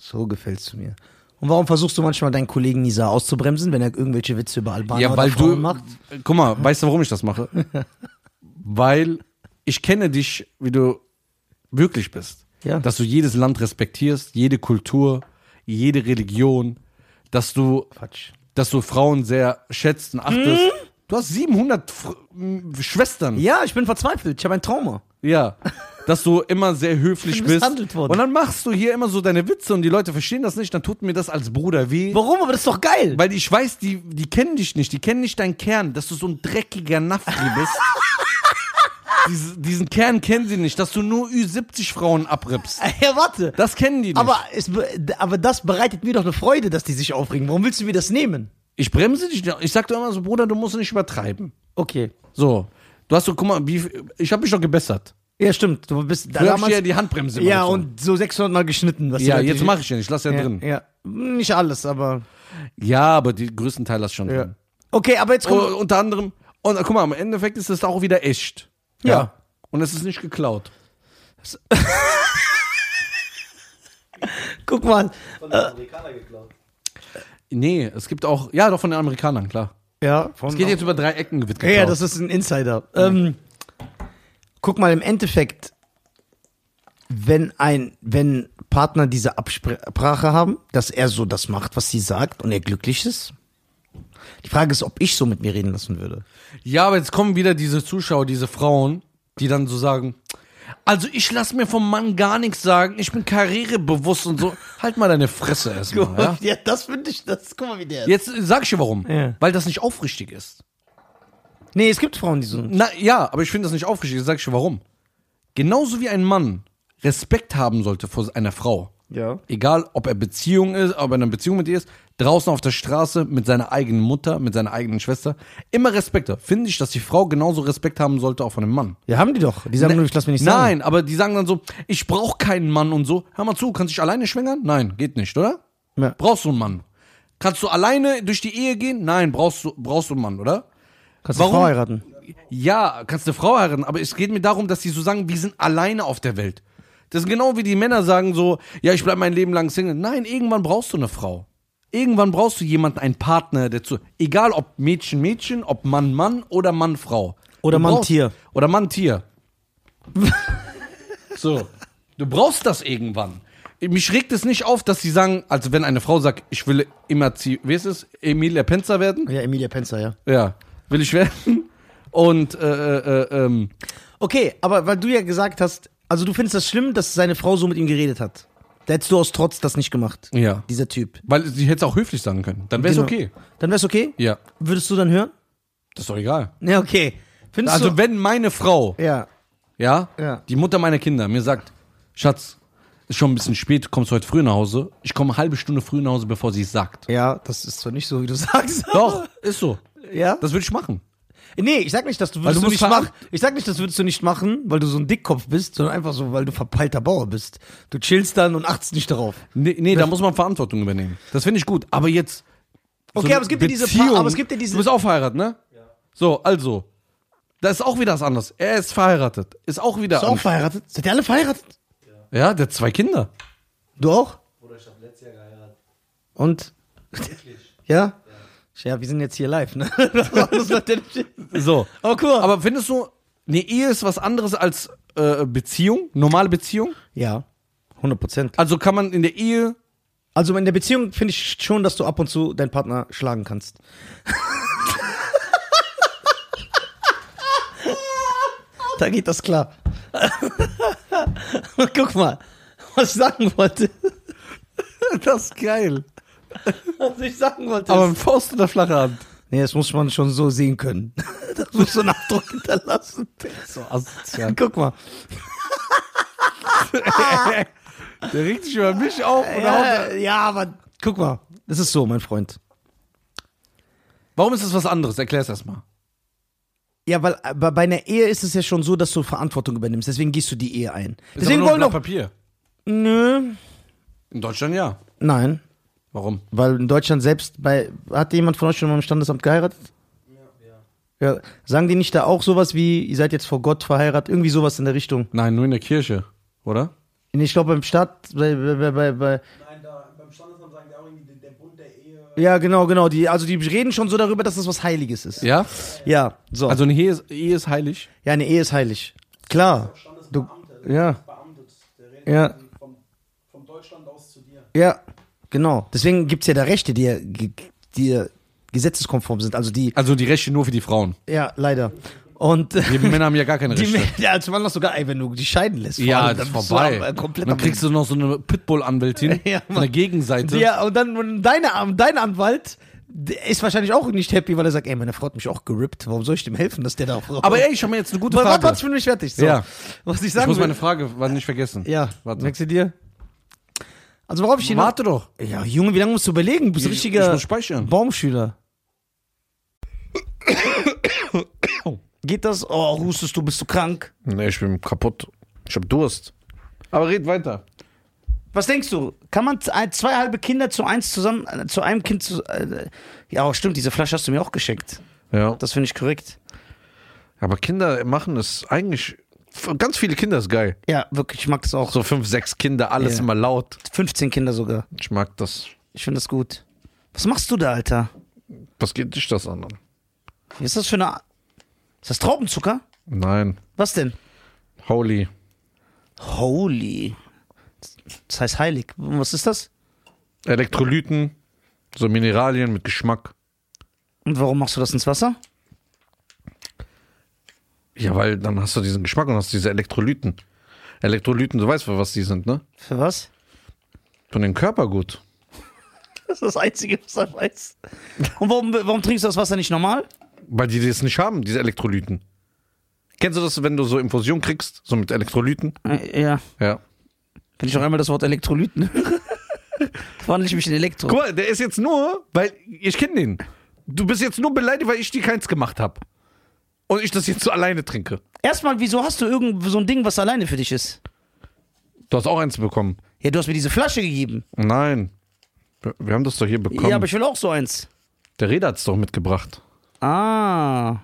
So gefällst du mir. Und warum versuchst du manchmal deinen Kollegen Nisa auszubremsen, wenn er irgendwelche Witze über Albaner Ja, oder weil Frauen du. macht? Guck mal, weißt du, warum ich das mache? weil ich kenne dich, wie du wirklich bist. Ja. Dass du jedes Land respektierst, jede Kultur, jede Religion, dass du, Quatsch. dass du Frauen sehr schätzt und achtest. Du hast 700 Fr m- Schwestern. Hm? Ja, ich bin verzweifelt. Ich habe ein Trauma. Ja. Dass du immer sehr höflich bin bist. misshandelt worden. Und dann machst du hier immer so deine Witze und die Leute verstehen das nicht, dann tut mir das als Bruder weh. Warum? Aber das ist doch geil. Weil ich weiß, die, die kennen dich nicht, die kennen nicht deinen Kern, dass du so ein dreckiger Nafri bist. Dies, diesen Kern kennen sie nicht, dass du nur Ü70-Frauen abrippst. ja, warte. Das kennen die nicht. aber, es, be- aber das bereitet mir doch eine Freude, dass die sich aufregen. Warum willst du mir das nehmen? ich bremse dich. nicht. Ich sag dir immer so, Bruder, du musst nicht übertreiben. Okay. So. Du hast so, guck mal, wie, ich habe mich doch gebessert. Ja, stimmt. Du bist Früher hab ich ja die Handbremse immer ja, gezogen. und so 600 Mal geschnitten. Was die Ja, Leute- jetzt mache ich ja nicht, ich lass ja, ja, drin. Ja, nicht alles, aber. Ja, aber die größten Teil lass schon drin. Okay, aber jetzt kommt. Oh, unter anderem, und guck mal, im Endeffekt ist es auch wieder echt. Ja. Und es ist nicht geklaut. Guck mal. Äh, Nee, es gibt auch, ja, doch von den Amerikanern, klar. Ja, Es geht jetzt über drei Ecken, wird Genau. Ja, geklaut. ja, das ist ein Insider. Ähm, guck mal, im Endeffekt, wenn ein, wenn Partner diese Absprache haben, dass er so das macht, was sie sagt und er glücklich ist. Die Frage ist, ob ich so mit mir reden lassen würde. ja, aber jetzt kommen wieder diese Zuschauer, diese Frauen, die dann so sagen, also ich lasse mir vom Mann gar nichts sagen, ich bin karrierebewusst und so. Halt mal deine Fresse erstmal, ja? das finde ich, das, guck mal, wie der ist. Jetzt sag ich dir warum. Ja. Weil das nicht aufrichtig ist. Nee, es gibt Frauen, die so. Na ja, aber ich finde das nicht aufrichtig, sag ich dir warum. Genauso wie ein Mann Respekt haben sollte vor einer Frau. Ja. Egal, ob er Beziehung ist, ob er in einer Beziehung mit ihr ist, draußen auf der Straße mit seiner eigenen Mutter, mit seiner eigenen Schwester, immer Respekt. Finde ich, dass die Frau genauso Respekt haben sollte auch von dem Mann. Ja, haben die doch. Die sagen nur, ich lass mich nicht sagen. Ne, Nein, aber die sagen dann so, ich brauche keinen Mann und so. Hör mal zu, kannst du dich alleine schwängern? Nein, geht nicht, oder? Ja. Brauchst du einen Mann? Kannst du alleine durch die Ehe gehen? Nein, brauchst du brauchst du einen Mann, oder? Kannst du Warum? Frau heiraten? Ja, kannst eine Frau heiraten, aber es geht mir darum, dass sie so sagen, wir sind alleine auf der Welt. Das ist genau wie die Männer sagen so, ja, ich bleibe mein Leben lang Single. Nein, irgendwann brauchst du eine Frau. Irgendwann brauchst du jemanden, einen Partner, der zu, egal ob Mädchen, Mädchen, ob Mann, Mann oder Mann, Frau. Oder Du Mann, brauchst- Tier. Oder Mann, Tier. so. Du brauchst das irgendwann. mich regt es nicht auf, dass sie sagen, also wenn eine Frau sagt, ich will immer, wie ist es, Emilia Penzer werden? Ja, Emilia Penzer, ja. Ja, will ich werden. Und, äh, äh, äh, ähm, Okay, aber weil du ja gesagt hast, also du findest das schlimm, dass seine Frau so mit ihm geredet hat. Da hättest du aus Trotz das nicht gemacht. ja. Dieser Typ. Weil sie hätte es auch höflich sagen können. Dann wäre es Genau. okay. Dann wär's okay? Ja. Würdest du dann hören? Das ist doch egal. Ja, okay. Findest Also du. wenn meine Frau, Ja. ja, Ja. die Mutter meiner Kinder mir sagt, Schatz, ist schon ein bisschen spät, du kommst heute früh nach Hause. Ich komme eine halbe Stunde früh nach Hause, bevor sie es sagt. Ja, das ist zwar nicht so, wie du sagst. Doch, ist so. Ja? Das würde ich machen. nee, ich sag nicht, dass du Weil du würdest du musst nicht veran- machen. Ich sag nicht, das würdest du nicht machen, weil du so ein Dickkopf bist, sondern einfach so, weil du verpeilter Bauer bist. Du chillst dann und achtest nicht darauf. Nee, nee da muss man Verantwortung übernehmen. Das finde ich gut. Aber jetzt. Okay, eine aber es gibt ja diese Beziehung- Paar- aber es gibt ja diese- Du bist auch verheiratet, ne? Ja. So, also. Da ist auch wieder was anderes. Er ist verheiratet. Ist auch wieder. Bist du auch anders. verheiratet? Seid ihr alle verheiratet? ja, der hat zwei Kinder. Du auch? Und? Ja? Ja, wir sind jetzt hier live, ne? Das war das natürlich- So. oh, cool. Aber findest du, eine Ehe ist was anderes als äh, Beziehung? Normale Beziehung? ja. 100 Prozent. Also kann man in der Ehe. Also in der Beziehung finde ich schon, dass du ab und zu deinen Partner schlagen kannst. Da geht das klar. Guck mal, was ich sagen wollte. Das ist geil. Was ich sagen wollte. Aber Aber mit Faust oder flache Hand. nee, das muss man schon so sehen können. Das muss so einen Abdruck hinterlassen. So also, asozial. Guck mal. Der regt sich über mich auf. Und haut- Ja, Äh, ja, aber guck mal. Das ist so, mein Freund. Warum ist das was anderes? Erklär es erstmal. Ja, weil äh, bei bei einer Ehe ist es ja schon so, dass du Verantwortung übernimmst. Deswegen gehst du die Ehe ein. Ist Deswegen aber wollen nur ein doch. Blatt Papier. Nö. In Deutschland ja. Nein. Warum? Weil in Deutschland selbst bei. Hat jemand von euch schon mal im Standesamt geheiratet? Ja, ja. Sagen die nicht da auch sowas wie, ihr seid jetzt vor Gott verheiratet? Irgendwie sowas in der Richtung. Nein, nur in der Kirche, oder? Nee, Ich glaube, beim Staat. Bei, bei, bei, bei, bei, Nein, da, beim Standesamt sagen die auch irgendwie, der- der Bund der Ehe. ja, genau, genau. Die, also, die reden schon so darüber, dass das was Heiliges ist. Ja? Ja, so. Also eine Ehe ist, Ehe ist heilig. ja, eine Ehe ist heilig. Klar. Du, ja, Beamtet. Der redet Ja. quasi vom, vom Deutschland aus zu dir. ja, genau. Deswegen gibt es ja da Rechte, die, ja ge- die ja gesetzeskonform sind. Also, die. Also die Rechte nur für die Frauen. Ja, leider. Und. äh, Die Männer haben ja gar keine Die, Rechte. ja, als Mann hast du sogar, ey, wenn du die scheiden lässt. vor ja, allem, dann das ist bist Du, vorbei. am- äh, komplett dann am- kriegst du noch so eine Pitbull-Anwältin Ja, von Mann. der Gegenseite. Ja, und dann und deine, Am- dein Anwalt der ist wahrscheinlich auch nicht happy, weil er sagt, ey, meine Frau hat mich auch gerippt. Warum soll ich dem helfen, dass der da auch Aber ey, ich habe mir jetzt eine gute Warte, Frage. warte, warte, ich bin nicht fertig. So. Ja. Was ich ich sagen muss meine will. Frage war nicht vergessen. Ja, Warte. merkst du dir? Also worauf ich hinaus... Warte doch. Ja, Junge, wie lange musst du überlegen? Du bist Ich- richtiger ich muss speichern. Baumschüler. Geht das? Oh, hustest du, bist du krank? Nee, ich bin kaputt. Ich hab Durst. Aber red weiter. Was denkst du? Kann man z- ein- zwei halbe Kinder zu eins zusammen, äh, zu einem Kind zu. Äh, ja, stimmt, diese Flasche hast du mir auch geschenkt. Ja. Das finde ich korrekt. Aber Kinder machen es eigentlich. Ganz viele Kinder ist geil. Ja, wirklich, ich mag das auch. So fünf, sechs Kinder, alles Ja. immer laut. 15 Kinder sogar. Ich mag das. Ich finde das gut. Was machst du da, Alter? Was geht dich das an? Was ist das für eine. Ist das Traubenzucker? Nein. Was denn? Holy. Holy. Das heißt heilig. Was ist das? Elektrolyten, so Mineralien mit Geschmack. Und warum machst du das ins Wasser? Ja, weil dann hast du diesen Geschmack und hast diese Elektrolyten. Elektrolyten, du weißt, für was die sind, ne? Für was? Für den Körper gut. Das ist das Einzige, was er weiß. Und warum, warum trinkst du das Wasser nicht normal? Weil die das nicht haben, diese Elektrolyten. Kennst du das, wenn du so Infusion kriegst, so mit Elektrolyten? Äh, Ja. Ja. Wenn ich noch einmal das Wort Elektrolyten höre, wandle ich mich in Elektro. Guck mal, der ist jetzt nur, weil ich kenne den. Du bist jetzt nur beleidigt, weil ich dir keins gemacht habe. Und ich das jetzt so alleine trinke. Erstmal, wieso hast du irgend so ein Ding, was alleine für dich ist? Du hast auch eins bekommen. Ja, du hast mir diese Flasche gegeben. Nein. Wir- Wir haben das doch hier bekommen. Ja, aber ich will auch so eins. der Reda hat's doch mitgebracht. Ah.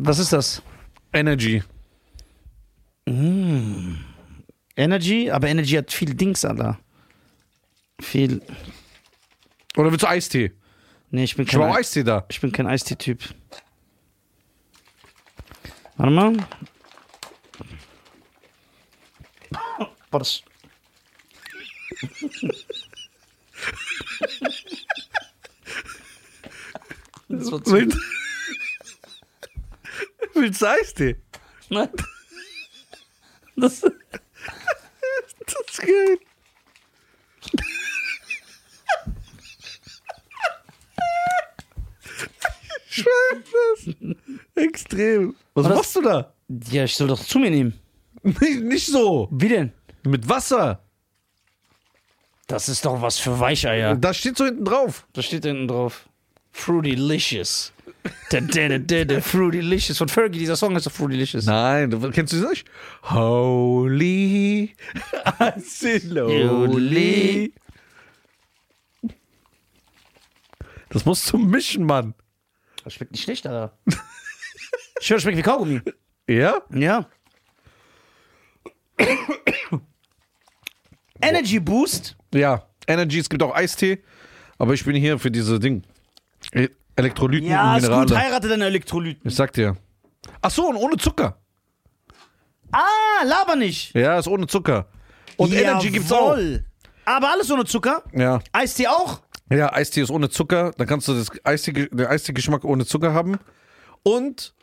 Was ist das? Energy. Energy? Aber Energy hat viel Dings, Alter. Viel. Oder willst du Eistee? Nee, ich bin Ich habe auch kein, Eistee da. ich bin kein Eistee-Typ. Warte mal. War das. das war zu. Willst, willst du Eistee? Nein. Das, Das ist geil. Ich schwör das. Extrem. Was Was? machst du da? ja, ich soll doch zu mir nehmen. Nicht, nicht so. Wie denn? Mit Wasser. Das ist doch was für Weicheier. Da steht so hinten drauf. Da steht da hinten drauf. Fruitylicious. Da, da, da, da, da, Fruitylicious. Von Fergie, dieser Song heißt doch Fruitylicious. Nein, du- kennst du das nicht? Holy Asiloli. Das musst du mischen, Mann. Das schmeckt nicht schlecht, Alter. ich höre, schmeckt wie Kaugummi. Ja? Ja. Energy Boost. Ja. Energy, es gibt auch Eistee. Aber ich bin hier für diese Ding. E- Elektrolyten Ja, und ist gut. Minerale. Heirate deine Elektrolyten. Ich sag dir. Ach so, und ohne Zucker. Ah, laber nicht. Ja, ist ohne Zucker. Und Energy gibt's auch. Jawohl. Aber alles ohne Zucker. Ja. Eistee auch. Ja, Eistee ist ohne Zucker. Dann kannst du das Eistee, den Eistee-Geschmack ohne Zucker haben. Und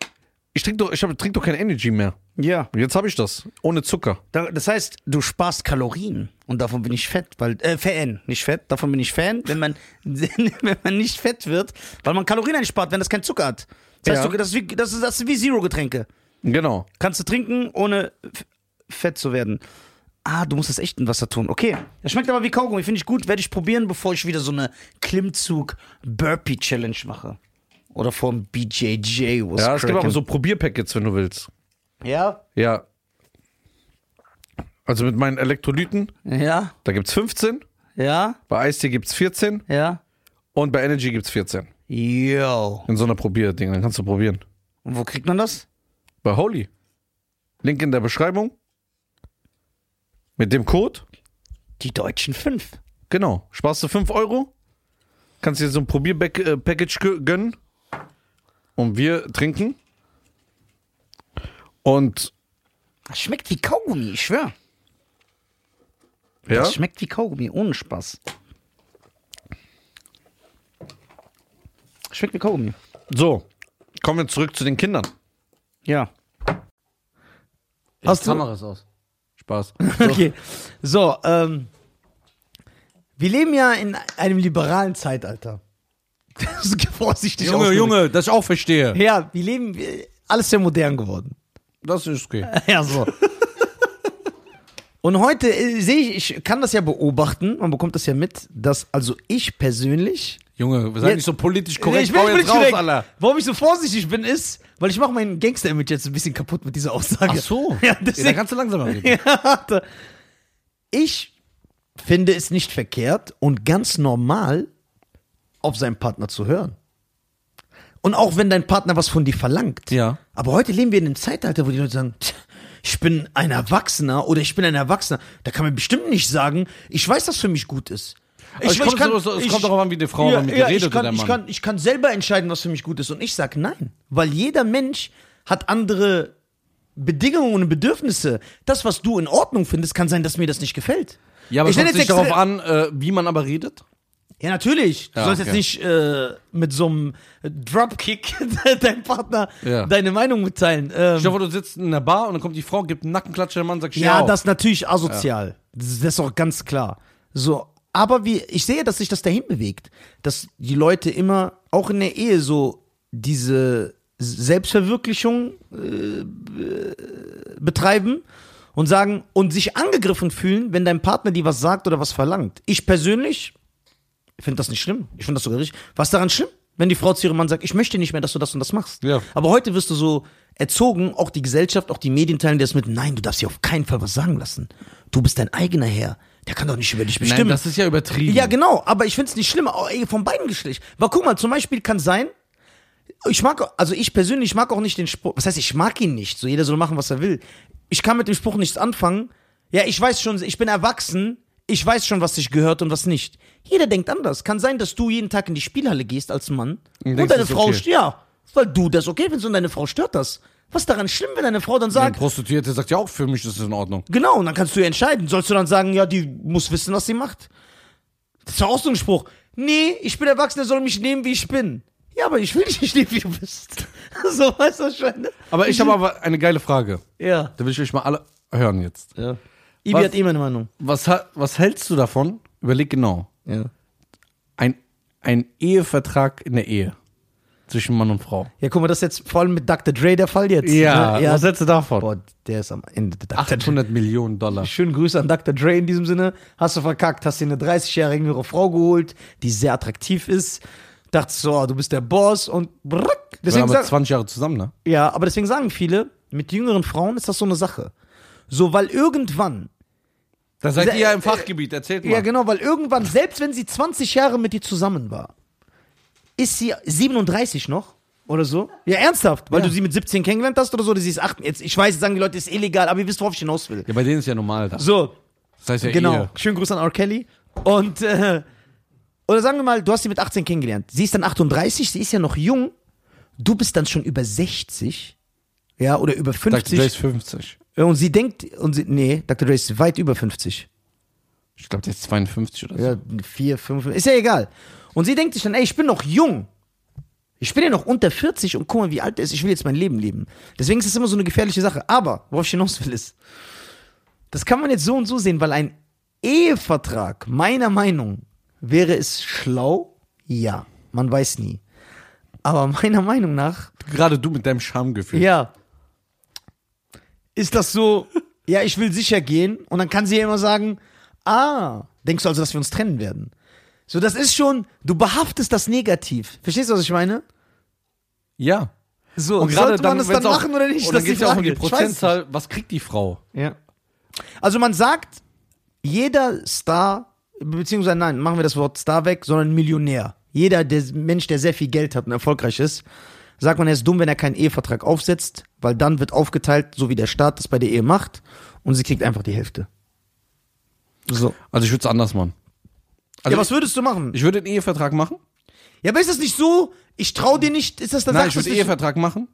ich trinke doch, ich hab- trink doch kein Energy mehr. Ja. Jetzt habe ich das. Ohne Zucker. Da- Das heißt, du sparst Kalorien und davon bin ich fett, weil äh, Fan, nicht fett, davon bin ich Fan, wenn man wenn man nicht fett wird, weil man Kalorien einspart, wenn das kein Zucker hat. Das heißt, Ja. du, das, ist wie, das, ist, das ist wie Zero Getränke. Genau. Kannst du trinken, ohne f- fett zu werden. Ah, du musst das echt in Wasser tun. Okay. Das schmeckt aber wie Kaugummi. Finde ich gut. Werde ich probieren, bevor ich wieder so eine Klimmzug-Burpee-Challenge mache. Oder vom BJJ. was Ja, es gibt crackin'. aber so Probierpackets, wenn du willst. Ja? Ja. Also mit meinen Elektrolyten, Ja? da gibt's 15. Ja? Bei Eistee gibt's 14. Ja? Und bei Energy gibt's 14. Yo. In so einer Probierding. Dann kannst du probieren. Und wo kriegt man das? Bei Holy. Link in der Beschreibung. Mit dem Code. Die deutschen fünf. Genau. Sparst du 5 Euro. Kannst dir so ein Probierpackage gönnen. Und wir trinken. Und Das schmeckt wie Kaugummi, ich schwör. ja, Das schmeckt wie Kaugummi, ohne Spaß. Schmeckt wie Kaugummi. so. Kommen wir zurück zu den Kindern. Ja. Hast du- Kameras aus. Spaß. Okay. So, ähm, wir leben ja in einem liberalen Zeitalter. Das ist vorsichtig Junge, ausgedrückt. Junge, dass ich auch verstehe. Ja, wir leben, wir- alles sehr modern geworden. Das ist okay. Ja, so. Und heute äh, sehe ich, ich kann das ja beobachten, man bekommt das ja mit, dass also ich persönlich. Junge, sei Jetzt- nicht so politisch korrekt. ich bin Hau nicht jetzt politisch raus, korrekt. Alter. Warum ich so vorsichtig bin, ist, weil ich mache mein Gangster-Image jetzt ein bisschen kaputt mit dieser Aussage. Ach so. Ja, ja, dann deswegen, kannst du langsamer reden. Ja, warte. Ich finde es nicht verkehrt und ganz normal, auf seinen Partner zu hören. Und auch wenn dein Partner was von dir verlangt. Ja. Aber heute leben wir in einem Zeitalter, wo die Leute sagen, "Tch, ich bin ein Erwachsener oder ich bin ein Erwachsener. Da kann man bestimmt nicht sagen, ich weiß, dass für mich gut ist. es kommt so- so- es kommt darauf an, wie die Frau damit geredet ich kann, oder der Ich Mann. kann, ich kann selber entscheiden, was für mich gut ist. Und ich sage nein. Weil jeder Mensch hat andere Bedingungen und Bedürfnisse. Das, was du in Ordnung findest, kann sein, dass mir das nicht gefällt. Ja, aber Ich es nenne kommt sich jetzt extra- darauf an, äh, wie man aber redet. Ja, natürlich. Du Ja, sollst jetzt okay. nicht äh, mit so einem Dropkick deinem Partner Ja. deine Meinung mitteilen. Ähm, Stell dir vor, du sitzt in einer Bar und dann kommt die Frau, gibt einen Nackenklatscher, der Mann sagt, ja, schau. das ist natürlich asozial. Das ist auch ganz klar. So, aber wie, ich sehe, dass sich das dahin bewegt, dass die Leute immer, auch in der Ehe, so diese Selbstverwirklichung äh, be- betreiben und sagen und sich angegriffen fühlen, wenn dein Partner dir was sagt oder was verlangt. Ich persönlich finde das nicht schlimm. Ich finde das sogar richtig. Was ist daran schlimm? Wenn die Frau zu ihrem Mann sagt, ich möchte nicht mehr, dass du das und das machst. Ja. Aber heute wirst du so erzogen, auch die Gesellschaft, auch die Medien teilen dir das mit, nein, du darfst dir auf keinen Fall was sagen lassen. Du bist dein eigener Herr. Der kann doch nicht über dich bestimmen. Nein, das ist ja übertrieben. Ja, genau, aber ich find's nicht schlimm, auch, ey, von beiden Geschlecht. Weil guck mal, zum Beispiel kann sein, ich mag, also ich persönlich mag auch nicht den Spruch, was heißt, ich mag ihn nicht, so jeder soll machen, was er will. Ich kann mit dem Spruch nichts anfangen. Ja, ich weiß schon, ich bin erwachsen, ich weiß schon, was sich gehört und was nicht. Jeder denkt anders. Kann sein, dass du jeden Tag in die Spielhalle gehst als Mann und, denkst, deine das ist Frau, okay. st- ja, weil du das okay findest und deine Frau stört das. Was ist daran schlimm, wenn deine Frau dann Eine sagt, Prostituierte sagt ja auch, für mich ist es in Ordnung. genau, und dann kannst du ja entscheiden. Sollst du dann sagen, ja, die muss wissen, was sie macht? Das ist doch auch so ein Spruch. Nee, ich bin erwachsen, der soll mich nehmen, wie ich bin. Ja, aber ich will dich nicht nehmen, wie du bist. so weißt du was ich meine? Aber ich habe aber eine geile Frage. Ja. Da will ich euch mal alle hören jetzt. ja. Ibi Was- hat immer eine Meinung. Was, ha- was hältst du davon? Überleg genau. Ja. Ein, ein Ehevertrag in der Ehe zwischen Mann und Frau. Ja, guck mal, das ist jetzt vor allem mit Dr. Dre der Fall jetzt. ne? ja. was hältst du davon? Boah, der ist am Ende. Der Dr. Dre. 800 Millionen Dollar. Schönen Grüße an Dr. Dre in diesem Sinne. Hast du verkackt, hast dir eine 30-jährige jüngere Frau geholt, die sehr attraktiv ist. Dachtest so, ah, du bist der Boss und brrrk. Wir Deswegen waren aber sag, 20 Jahre zusammen, ne? ja, aber deswegen sagen viele, mit jüngeren Frauen ist das so eine Sache. So, weil irgendwann, Da seid Sehr- ihr ja im Fachgebiet, erzählt mal. äh, ja genau, weil irgendwann, selbst wenn sie 20 Jahre mit dir zusammen war, ist sie 37 noch oder so. Ja, ernsthaft, weil du sie mit 17 kennengelernt hast oder so, oder sie ist 8. Jetzt, ich weiß, jetzt sagen die Leute, ist illegal, aber ihr wisst, worauf ich hinaus will. ja, bei denen ist ja normal das. So, Das heißt ja Genau. Ehe. Schönen Gruß an R. Kelly. Und, äh, oder sagen wir mal, du hast sie mit 18 kennengelernt. Sie ist dann 38, sie ist ja noch jung. Du bist dann schon über 60. Ja, oder über Sagt du, 50. der ist 50. Ja, und sie denkt, und sie, nee, Dr. Dre ist weit über 50. Ich glaube, der ist 52 oder so. Ja, 4, 5, ist ja egal. Und sie denkt sich dann, ey, ich bin noch jung. Ich bin ja noch unter 40 und guck mal, wie alt er ist. Ich will jetzt mein Leben leben. Deswegen ist es immer so eine gefährliche Sache. Aber, worauf ich hinaus will, ist, das kann man jetzt so und so sehen, weil ein Ehevertrag, meiner Meinung, wäre es schlau? Ja, man weiß nie. Aber meiner Meinung nach, Gerade du mit deinem Schamgefühl. ja, ist das so, ja, ich will sicher gehen. Und dann kann sie ja immer sagen, ah, denkst du also, dass wir uns trennen werden? So, das ist schon, du behaftest das negativ. Verstehst du, was ich meine? ja. So, Und gerade sollte dann, man das wenn's dann auch- machen oder nicht? Und Das dann ist die geht ja auch um die Frage. Ich weiß nicht. Prozentzahl. Was kriegt die Frau? Ja. Also man sagt, jeder Star, beziehungsweise nein, machen wir das Wort Star weg, sondern Millionär. Jeder der Mensch, der sehr viel Geld hat und erfolgreich ist, sagt man, er ist dumm, wenn er keinen Ehevertrag aufsetzt, weil dann wird aufgeteilt, so wie der Staat das bei der Ehe macht, und sie kriegt einfach die Hälfte. So. Also ich würde es anders machen. Also ja, was würdest du machen? ich würde einen Ehevertrag machen. Ja, aber ist das nicht so? Ich trau dir nicht, ist das dann Nein, sagst du ich eh würde es einen nicht- Ehevertrag machen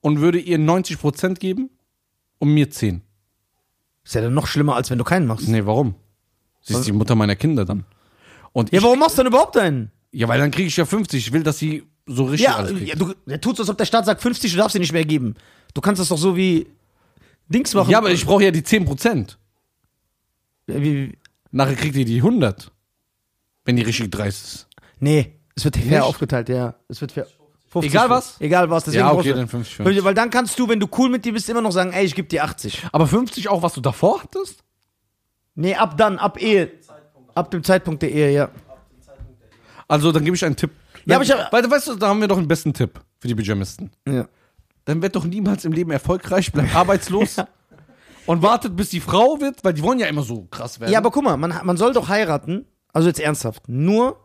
und würde ihr 90% geben und mir 10. Ist ja dann noch schlimmer, als wenn du keinen machst. Nee, warum? Sie ist die Mutter meiner Kinder dann. Und Ja, ich, warum machst du dann überhaupt einen? ja, weil dann kriege ich ja 50. Ich will, dass sie so richtig Ja, äh, alles kriegt. ja du, der tut so, als ob der Staat sagt, 50, du darfst sie nicht mehr geben. Du kannst das doch so wie Dings machen. Äh, Ja, aber ich brauche ja die 10%. Wie- wie- Nachher kriegt ihr die 100. Wenn die richtig dreist ist. Nee, es wird fair Nicht? aufgeteilt, ja. Es wird fair. 50, Egal was? Egal was, deswegen Ja, okay, brauchst du- dann 50, 50. Weil dann kannst du, wenn du cool mit dir bist, immer noch sagen, ey, ich geb dir 80. Aber 50 auch, was du davor hattest? Nee, ab dann, ab Ehe. Ab dem Zeitpunkt der Ehe, ja. Also, dann gebe ich einen Tipp. Ja, aber ich hab- Weil, weißt du, da haben wir doch einen besten Tipp für die Pyjamisten. ja. Dann wird doch niemals im Leben erfolgreich, bleibt arbeitslos und wartet, bis die Frau wird, weil die wollen ja immer so krass werden. Ja, aber guck mal, man, man soll doch heiraten, also jetzt ernsthaft, nur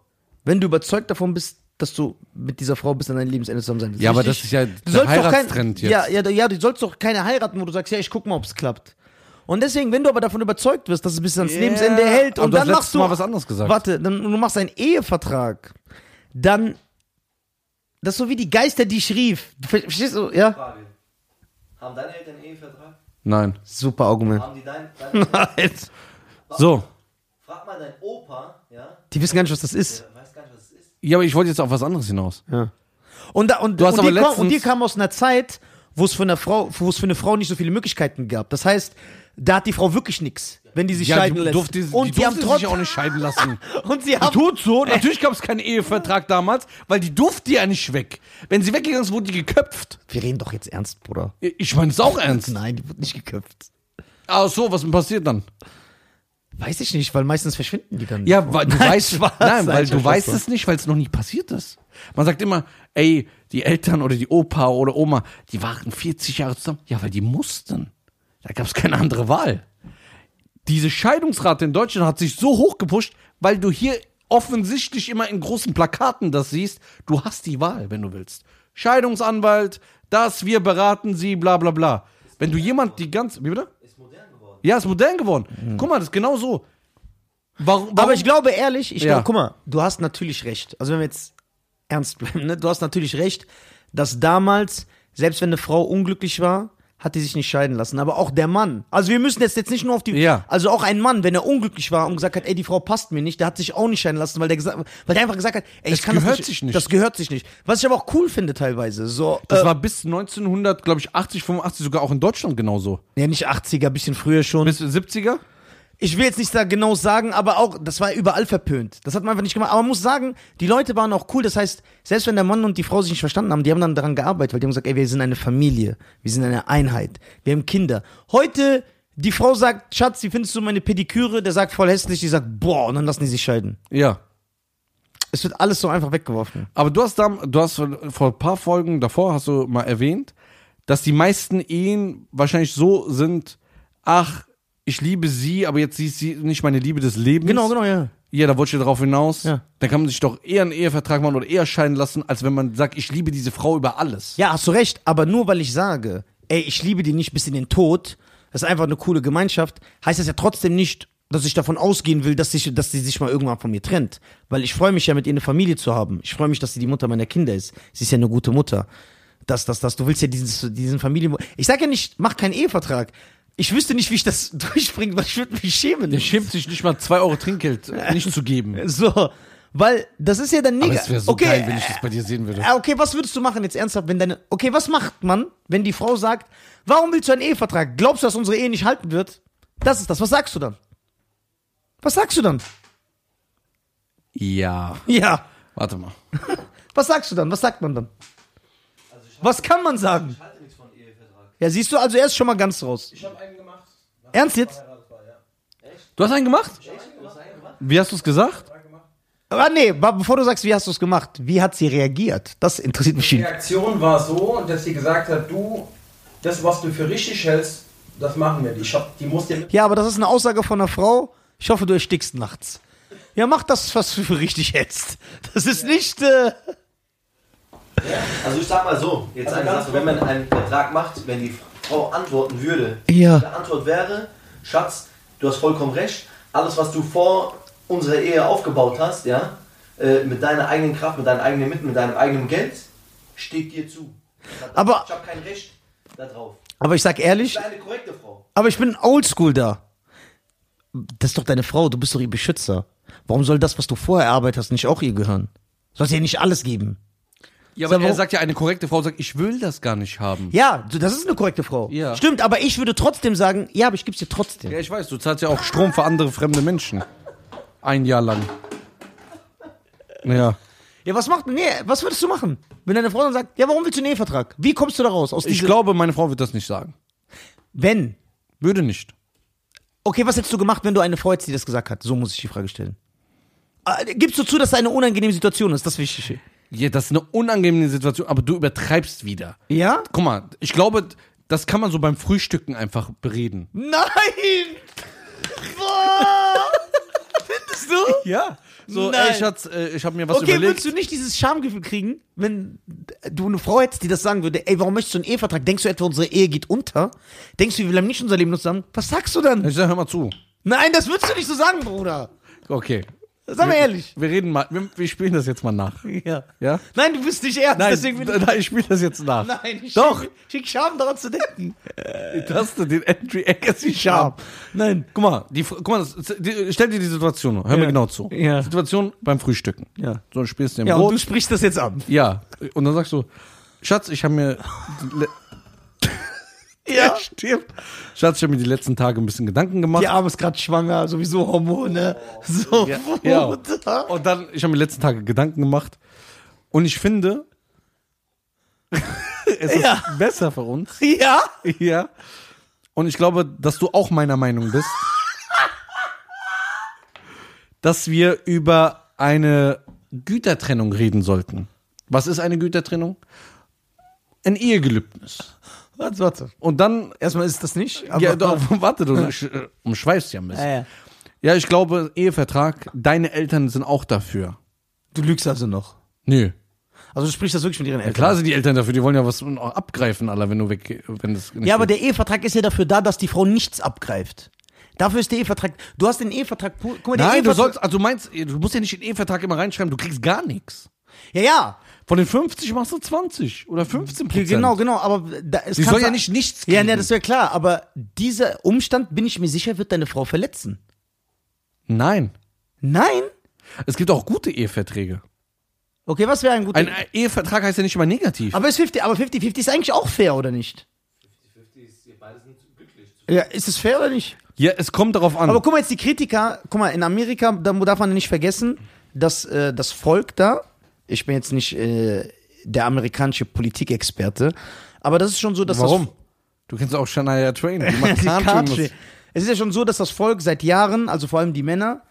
wenn du überzeugt davon bist, dass du mit dieser Frau bis an dein Lebensende zusammen sein willst. Ja, aber Richtig? das ist ja Du der sollst doch kein, Heiratstrend jetzt. ja, ja, ja, du sollst doch keine heiraten, wo du sagst, ja, ich guck mal, ob es klappt. Und deswegen, wenn du aber davon überzeugt wirst, dass es bis ans Ja, Lebensende hält aber und du hast dann letztes machst du Mal was anderes gesagt. Warte, dann und du machst einen Ehevertrag, dann das ist so wie die Geister, die ich rief. Ver- Verstehst du? Ja. Frage. Haben deine Eltern einen Ehevertrag? Nein. Super Argument. Haben die dein, dein So. Frag mal deinen Opa, ja? Die wissen gar nicht, was das ist. Der weiß gar nicht, was es ist. Ja, aber ich wollte jetzt auf was anderes hinaus. Und, da, und, Du hast und, aber die kam, letztens- und die kam aus einer Zeit, wo es für eine Frau, wo es für eine Frau nicht so viele Möglichkeiten gab. Das heißt, da hat die Frau wirklich nichts, wenn die sich Ja, scheiden die lässt. durfte, die und die, haben durfte sich trotzdem auch nicht scheiden lassen. und sie haben Tut so, natürlich gab es keinen Ehevertrag damals, weil die durfte ja nicht weg. Wenn sie weggegangen ist, wurde die geköpft. Wir reden doch jetzt ernst, Bruder. Ich meine es auch ernst. Nein, die wird nicht geköpft. Ach so, was denn passiert dann? Weiß ich nicht, weil meistens verschwinden die dann. Ja, weil du weißt, nein, weil nein, du Spaß, weißt Spaß. es nicht, weil es noch nie passiert ist. Man sagt immer, ey, die Eltern oder die Opa oder Oma, die waren 40 Jahre zusammen. Ja, weil die mussten. Da gab es keine andere Wahl. Diese Scheidungsrate in Deutschland hat sich so hoch gepusht, weil du hier offensichtlich immer in großen Plakaten das siehst. Du hast die Wahl, wenn du willst. Scheidungsanwalt, das, wir beraten sie, bla bla bla. Wenn du jemand die ganz, wie bitte? Ist modern geworden. Ja, ist modern geworden. Guck mal, das ist genau so. Warum, warum? Mhm. Aber ich glaube ehrlich, ich Ja. glaube, guck mal, du hast natürlich recht. Also wenn wir jetzt ernst bleiben, ne? du hast natürlich recht, dass damals selbst wenn eine Frau unglücklich war, hat die sich nicht scheiden lassen. Aber auch der Mann. Also wir müssen jetzt, jetzt nicht nur auf die. Ja. Also auch ein Mann, wenn er unglücklich war und gesagt hat, ey, die Frau passt mir nicht, der hat sich auch nicht scheiden lassen, weil der, gesagt, weil der einfach gesagt hat, ey, ich Es kann das gehört nicht, sich nicht. Das gehört sich nicht. Was ich aber auch cool finde teilweise. So, Das äh, war bis 1900, glaube ich, 80, 85 sogar auch in Deutschland genauso. ja, nicht 80er, bisschen früher schon. Bis 70er? Ich will jetzt nicht da genau sagen, aber auch, das war überall verpönt. Das hat man einfach nicht gemacht. Aber man muss sagen, die Leute waren auch cool. Das heißt, selbst wenn der Mann und die Frau sich nicht verstanden haben, die haben dann daran gearbeitet, weil die haben gesagt, ey, wir sind eine Familie, wir sind eine Einheit, wir haben Kinder. Heute, die Frau sagt, Schatz, wie findest du meine Pediküre? Der sagt voll hässlich, die sagt, boah, und dann lassen die sich scheiden. Ja. Es wird alles so einfach weggeworfen. Aber du hast, da, du hast vor ein paar Folgen davor, hast du mal erwähnt, dass die meisten Ehen wahrscheinlich so sind, ach, ich liebe sie, aber jetzt ist sie nicht meine Liebe des Lebens. Genau, genau, ja. Ja, da wollte ich darauf hinaus. Ja. Dann kann man sich doch eher einen Ehevertrag machen oder eher scheiden lassen, als wenn man sagt, ich liebe diese Frau über alles. Ja, hast du recht, aber nur weil ich sage, ey, ich liebe die nicht bis in den Tod, das ist einfach eine coole Gemeinschaft, heißt das ja trotzdem nicht, dass ich davon ausgehen will, dass, ich, dass sie sich mal irgendwann von mir trennt. Weil ich freue mich ja, mit ihr eine Familie zu haben. Ich freue mich, dass sie die Mutter meiner Kinder ist. Sie ist ja eine gute Mutter. Das, das, das. Du willst ja dieses, diesen Familien... Ich sage ja nicht, mach keinen Ehevertrag. Ich wüsste nicht, wie ich das durchbringe, weil ich würde mich schämen. Der schämt sich nicht mal 2 Euro Trinkgeld äh, nicht zu geben. So, weil das ist ja dann Aber nicht... es wäre so geil, wenn ich das bei dir sehen würde. Ah, Okay, was würdest du machen jetzt ernsthaft, wenn deine. Okay, was macht man, wenn die Frau sagt, warum willst du einen Ehevertrag? Glaubst du, dass unsere Ehe nicht halten wird? Das ist das. Was sagst du dann? Was sagst du dann? Ja. Ja. Warte mal. Was sagst du dann? Was sagt man dann? Was kann man sagen? Also Ich halte nichts von Ehevertrag. Ja, siehst du, also er ist schon mal ganz raus. Ich habe einen gemacht. Ernst jetzt? Du hast einen gemacht? Wie hast du es gesagt? Ah, nee, wa- bevor du sagst, wie hast du es gemacht? Wie hat sie reagiert? Das interessiert mich. Die schon. Reaktion war so, dass sie gesagt hat, du, das, was du für richtig hältst, das machen wir. Die, Shop, die muss dir mit. Ja, aber das ist eine Aussage von einer Frau. Ich hoffe, du erstickst nachts. Ja, mach das, was du für richtig hältst. Das ist nicht. Äh, Also ich sag mal so, jetzt eine Sache, wenn man einen Vertrag macht, wenn die Frau antworten würde, Ja. die Antwort wäre, Schatz, du hast vollkommen recht, alles was du vor unserer Ehe aufgebaut hast, ja, äh, mit deiner eigenen Kraft, mit deinen eigenen Mitteln, mit deinem eigenen Geld, steht dir zu. Aber- ich habe kein Recht darauf. aber ich sag ehrlich, Ich bin eine korrekte Frau. Aber ich bin oldschool da. Das ist doch deine Frau, du bist doch ihr Beschützer. Warum soll das, was du vorher erarbeitet hast, nicht auch ihr gehören? Sollst ihr nicht alles geben? Ja, aber Sag, er warum- sagt ja, eine korrekte Frau sagt, ich will das gar nicht haben. Ja, du- das ist eine korrekte Frau. Ja. Stimmt, aber ich würde trotzdem sagen, ja, aber ich geb's dir trotzdem. Ja, ich weiß, du zahlst ja auch Strom für andere fremde Menschen. Ein Jahr lang. Ja. Ja, was macht, nee, was würdest du machen? Wenn deine Frau dann sagt, ja, warum willst du einen Ehevertrag? Wie kommst du da raus? Aus Ich diesem- glaube, meine Frau wird das nicht sagen. wenn. Würde nicht. Okay, was hättest du gemacht, wenn du eine Frau hättest, die das gesagt hat? So muss ich die Frage stellen. Äh, Gibst du zu, dass das eine unangenehme Situation ist? Das ist wichtig. Ja, das ist eine unangenehme Situation, aber du übertreibst wieder. Ja? Guck mal, ich glaube, das kann man so beim Frühstücken einfach bereden. Nein! Boah! Findest du? Ja. So, Nein. ey, Schatz, äh, ich habe mir was Okay, überlegt. würdest du nicht dieses Schamgefühl kriegen, wenn du eine Frau hättest, die das sagen würde, ey, warum möchtest du einen Ehevertrag? Denkst du etwa, unsere Ehe geht unter? Denkst du, wir bleiben nicht unser Leben nur zusammen? Was sagst du dann? Ich sag, hör mal zu. Nein, das würdest du nicht so sagen, Bruder. Okay. Sag mal ehrlich. Wir reden mal, wir, wir spielen das jetzt mal nach. Ja. Ja? Nein, du bist nicht ernst, Nein, deswegen bin ich... nein, ich spiele das jetzt nach. Nein, ich Doch. Schick, schick Scham daran zu denken. Die Taste, den Entry Accuracy Charm. Nein. Guck mal, die, Fr- guck mal das, die, stell dir die Situation vor. Hör mir genau zu. Ja. Situation beim Frühstücken. Ja. So, du spielst den Ja, und Brot. du sprichst das jetzt an. ja. Und dann sagst du, Schatz, ich habe mir. le- Ja. Stimmt. Schatz, ich habe mir die letzten Tage ein bisschen Gedanken gemacht. Die Arme ist gerade schwanger, sowieso Hormone. So, Ja. Bruder. Und dann, ich habe mir die letzten Tage Gedanken gemacht. Und ich finde, es ist Ja. besser für uns. Ja? Ja. Und ich glaube, dass du auch meiner Meinung bist, dass wir über eine Gütertrennung reden sollten. Was ist eine Gütertrennung? Ein Ehegelübnis. Warte, warte. Und dann, Erstmal ist das nicht. ja, doch, warte, du sch- äh, umschweifst ja ein bisschen. Ja, ja. Ja, ich glaube, Ehevertrag, deine Eltern sind auch dafür. Du lügst also noch. Nö. Also du sprichst das wirklich mit ihren Eltern. Klar sind die Eltern dafür, die wollen ja was auch abgreifen, Alter, wenn du weg, wenn das nicht Ja, aber der Ehevertrag ist ja dafür da, dass die Frau nichts abgreift. Dafür ist der Ehevertrag. Du hast den Ehevertrag. pu- Guck mal, der Nein, du Ehevertrag, sollst, also du meinst, du musst ja nicht in den Ehevertrag immer reinschreiben, du kriegst gar nichts. Ja, ja. Von den 50 machst du 20 oder 15 Prozent. Genau, genau, aber da, es Sie kann soll ja sein- nicht nichts kriegen. Ja, ne, das wäre klar, aber dieser Umstand, bin ich mir sicher, wird deine Frau verletzen. Nein. Nein? Es gibt auch gute Eheverträge. Okay, was wäre ein guter. Ein Ehevertrag heißt ja nicht immer negativ. aber es 50, aber 50-50 ist eigentlich auch fair, oder nicht? Ja, ist es fair oder nicht? Ja, es kommt darauf an. Aber guck mal jetzt, die Kritiker, guck mal, in Amerika, da darf man nicht vergessen, dass äh, das Volk da, ich bin jetzt nicht äh, der amerikanische Politikexperte, aber das ist schon so, dass das. Warum? Du kennst auch Shania Twain. Die macht Die Kahn-Filme. Karte. Es ist ja schon so, dass das Volk seit Jahren, also vor allem die Männer,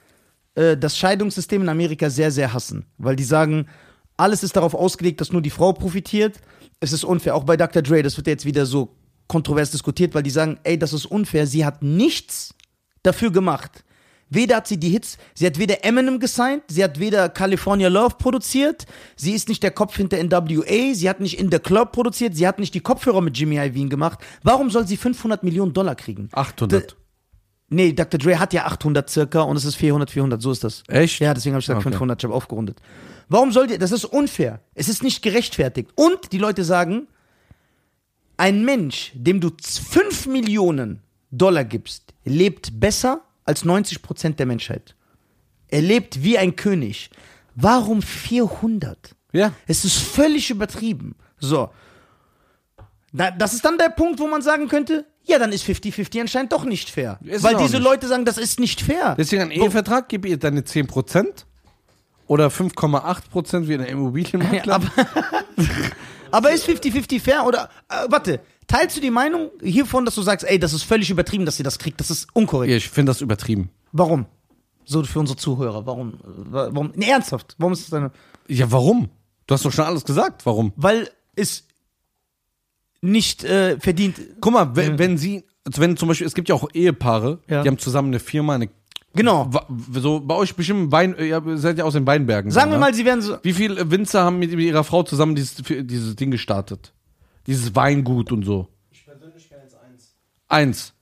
äh, das Scheidungssystem in Amerika sehr, sehr hassen. Weil die sagen, alles ist darauf ausgelegt, dass nur die Frau profitiert. Es ist unfair. Auch bei Dr. Dre, das wird ja jetzt wieder so kontrovers diskutiert, weil die sagen, ey, das ist unfair. Sie hat nichts dafür gemacht. Weder hat sie die Hits, sie hat weder Eminem gesigned, sie hat weder California Love produziert, sie ist nicht der Kopf hinter NWA, sie hat nicht In The Club produziert, sie hat nicht die Kopfhörer mit Jimmy Iovine gemacht. Warum soll sie 500 Millionen Dollar kriegen? 800. Nee, Dr. Dre hat ja 800 circa und es ist 400, 400, so ist das. Echt? Ja, deswegen habe ich gesagt Okay. 500, ich habe aufgerundet. Warum soll die, das ist unfair. Es ist nicht gerechtfertigt. Und die Leute sagen, ein Mensch, dem du z- 5 Millionen Dollar gibst, lebt besser als 90 Prozent der Menschheit. Er lebt wie ein König. Warum 400? Ja. Es ist völlig übertrieben. So. Da, das ist dann der Punkt, wo man sagen könnte, ja, dann ist 50-50 anscheinend doch nicht fair. Ist es Weil auch diese nicht. Leute sagen, das ist nicht fair. Deswegen ein Ehevertrag, gib ihr deine 10 Prozent oder 5,8 Prozent wie in der Immobilienmakler. aber, aber ist 50-50 fair oder, äh, warte, teilst du die Meinung hiervon, dass du sagst, ey, das ist völlig übertrieben, dass sie das kriegt, das ist unkorrekt. Ja, ich finde das übertrieben. Warum? So für unsere Zuhörer, warum, äh, wa- warum, nee, ernsthaft, warum ist das deine, Ja, warum? Du hast doch schon alles gesagt. Warum? weil es nicht äh, verdient, Guck mal, wenn, wenn sie, also wenn zum Beispiel, es gibt ja auch Ehepaare, Mhm. Ja. die haben zusammen eine Firma, eine, genau. wa- so bei euch bestimmt Wein, ihr seid ja aus den Weinbergen. Sagen ne? wir mal, sie werden so, Wie viele Winzer haben mit, mit ihrer Frau zusammen dieses, dieses Ding gestartet? Dieses Weingut und so. Ich persönlich wäre jetzt eins. Eins.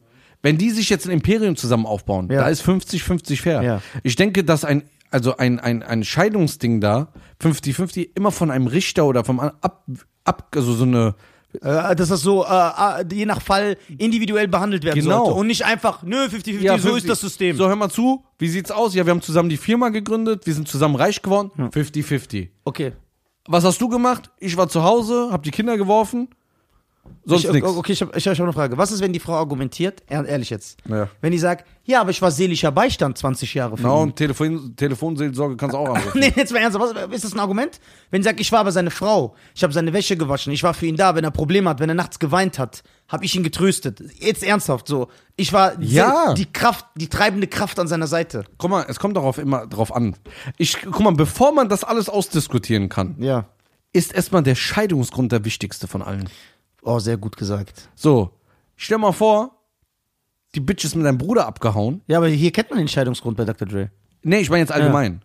Wenn die sich jetzt ein Imperium zusammen aufbauen, Ja. da ist 50-50 fair. Ja. Ich denke, dass ein, also ein, ein, ein Scheidungsding da, 50-50, immer von einem Richter oder vom an- ab, ab also so eine, Äh, dass das so äh, äh, je nach Fall individuell behandelt werden Genau. sollte. Und nicht einfach, nö, 50-50, so 50. ist das System. So, hör mal zu, wie sieht's aus? Ja, wir haben zusammen die Firma gegründet, wir sind zusammen reich geworden, 50-50. Okay. Was hast du gemacht? Ich war zu Hause, hab die Kinder geworfen, sonst ich, oh, nichts. Okay, ich habe ich hab eine Frage. Was ist, wenn die Frau argumentiert, ehr- ehrlich jetzt, Ja. wenn die sagt, ja, aber ich war seelischer Beistand 20 Jahre für Na, ihn. Genau, und Telefon, Telefonseelsorge kannst du auch anrufen. Nee, jetzt mal ernsthaft, was, ist das ein Argument? Wenn sie sagt, ich war aber seine Frau, ich habe seine Wäsche gewaschen, ich war für ihn da, wenn er Probleme hat, wenn er nachts geweint hat, habe ich ihn getröstet. Jetzt ernsthaft so. Ich war Ja. die Kraft, die treibende Kraft an seiner Seite. Guck mal, es kommt darauf immer drauf an. Ich, guck mal, bevor man das alles ausdiskutieren kann, Ja. ist erstmal der Scheidungsgrund der wichtigste von allen. Oh, sehr gut gesagt. So, stell mal vor, die Bitch ist mit deinem Bruder abgehauen. Ja, aber hier kennt man den Scheidungsgrund bei Dr. Dre. Nee, ich meine jetzt allgemein.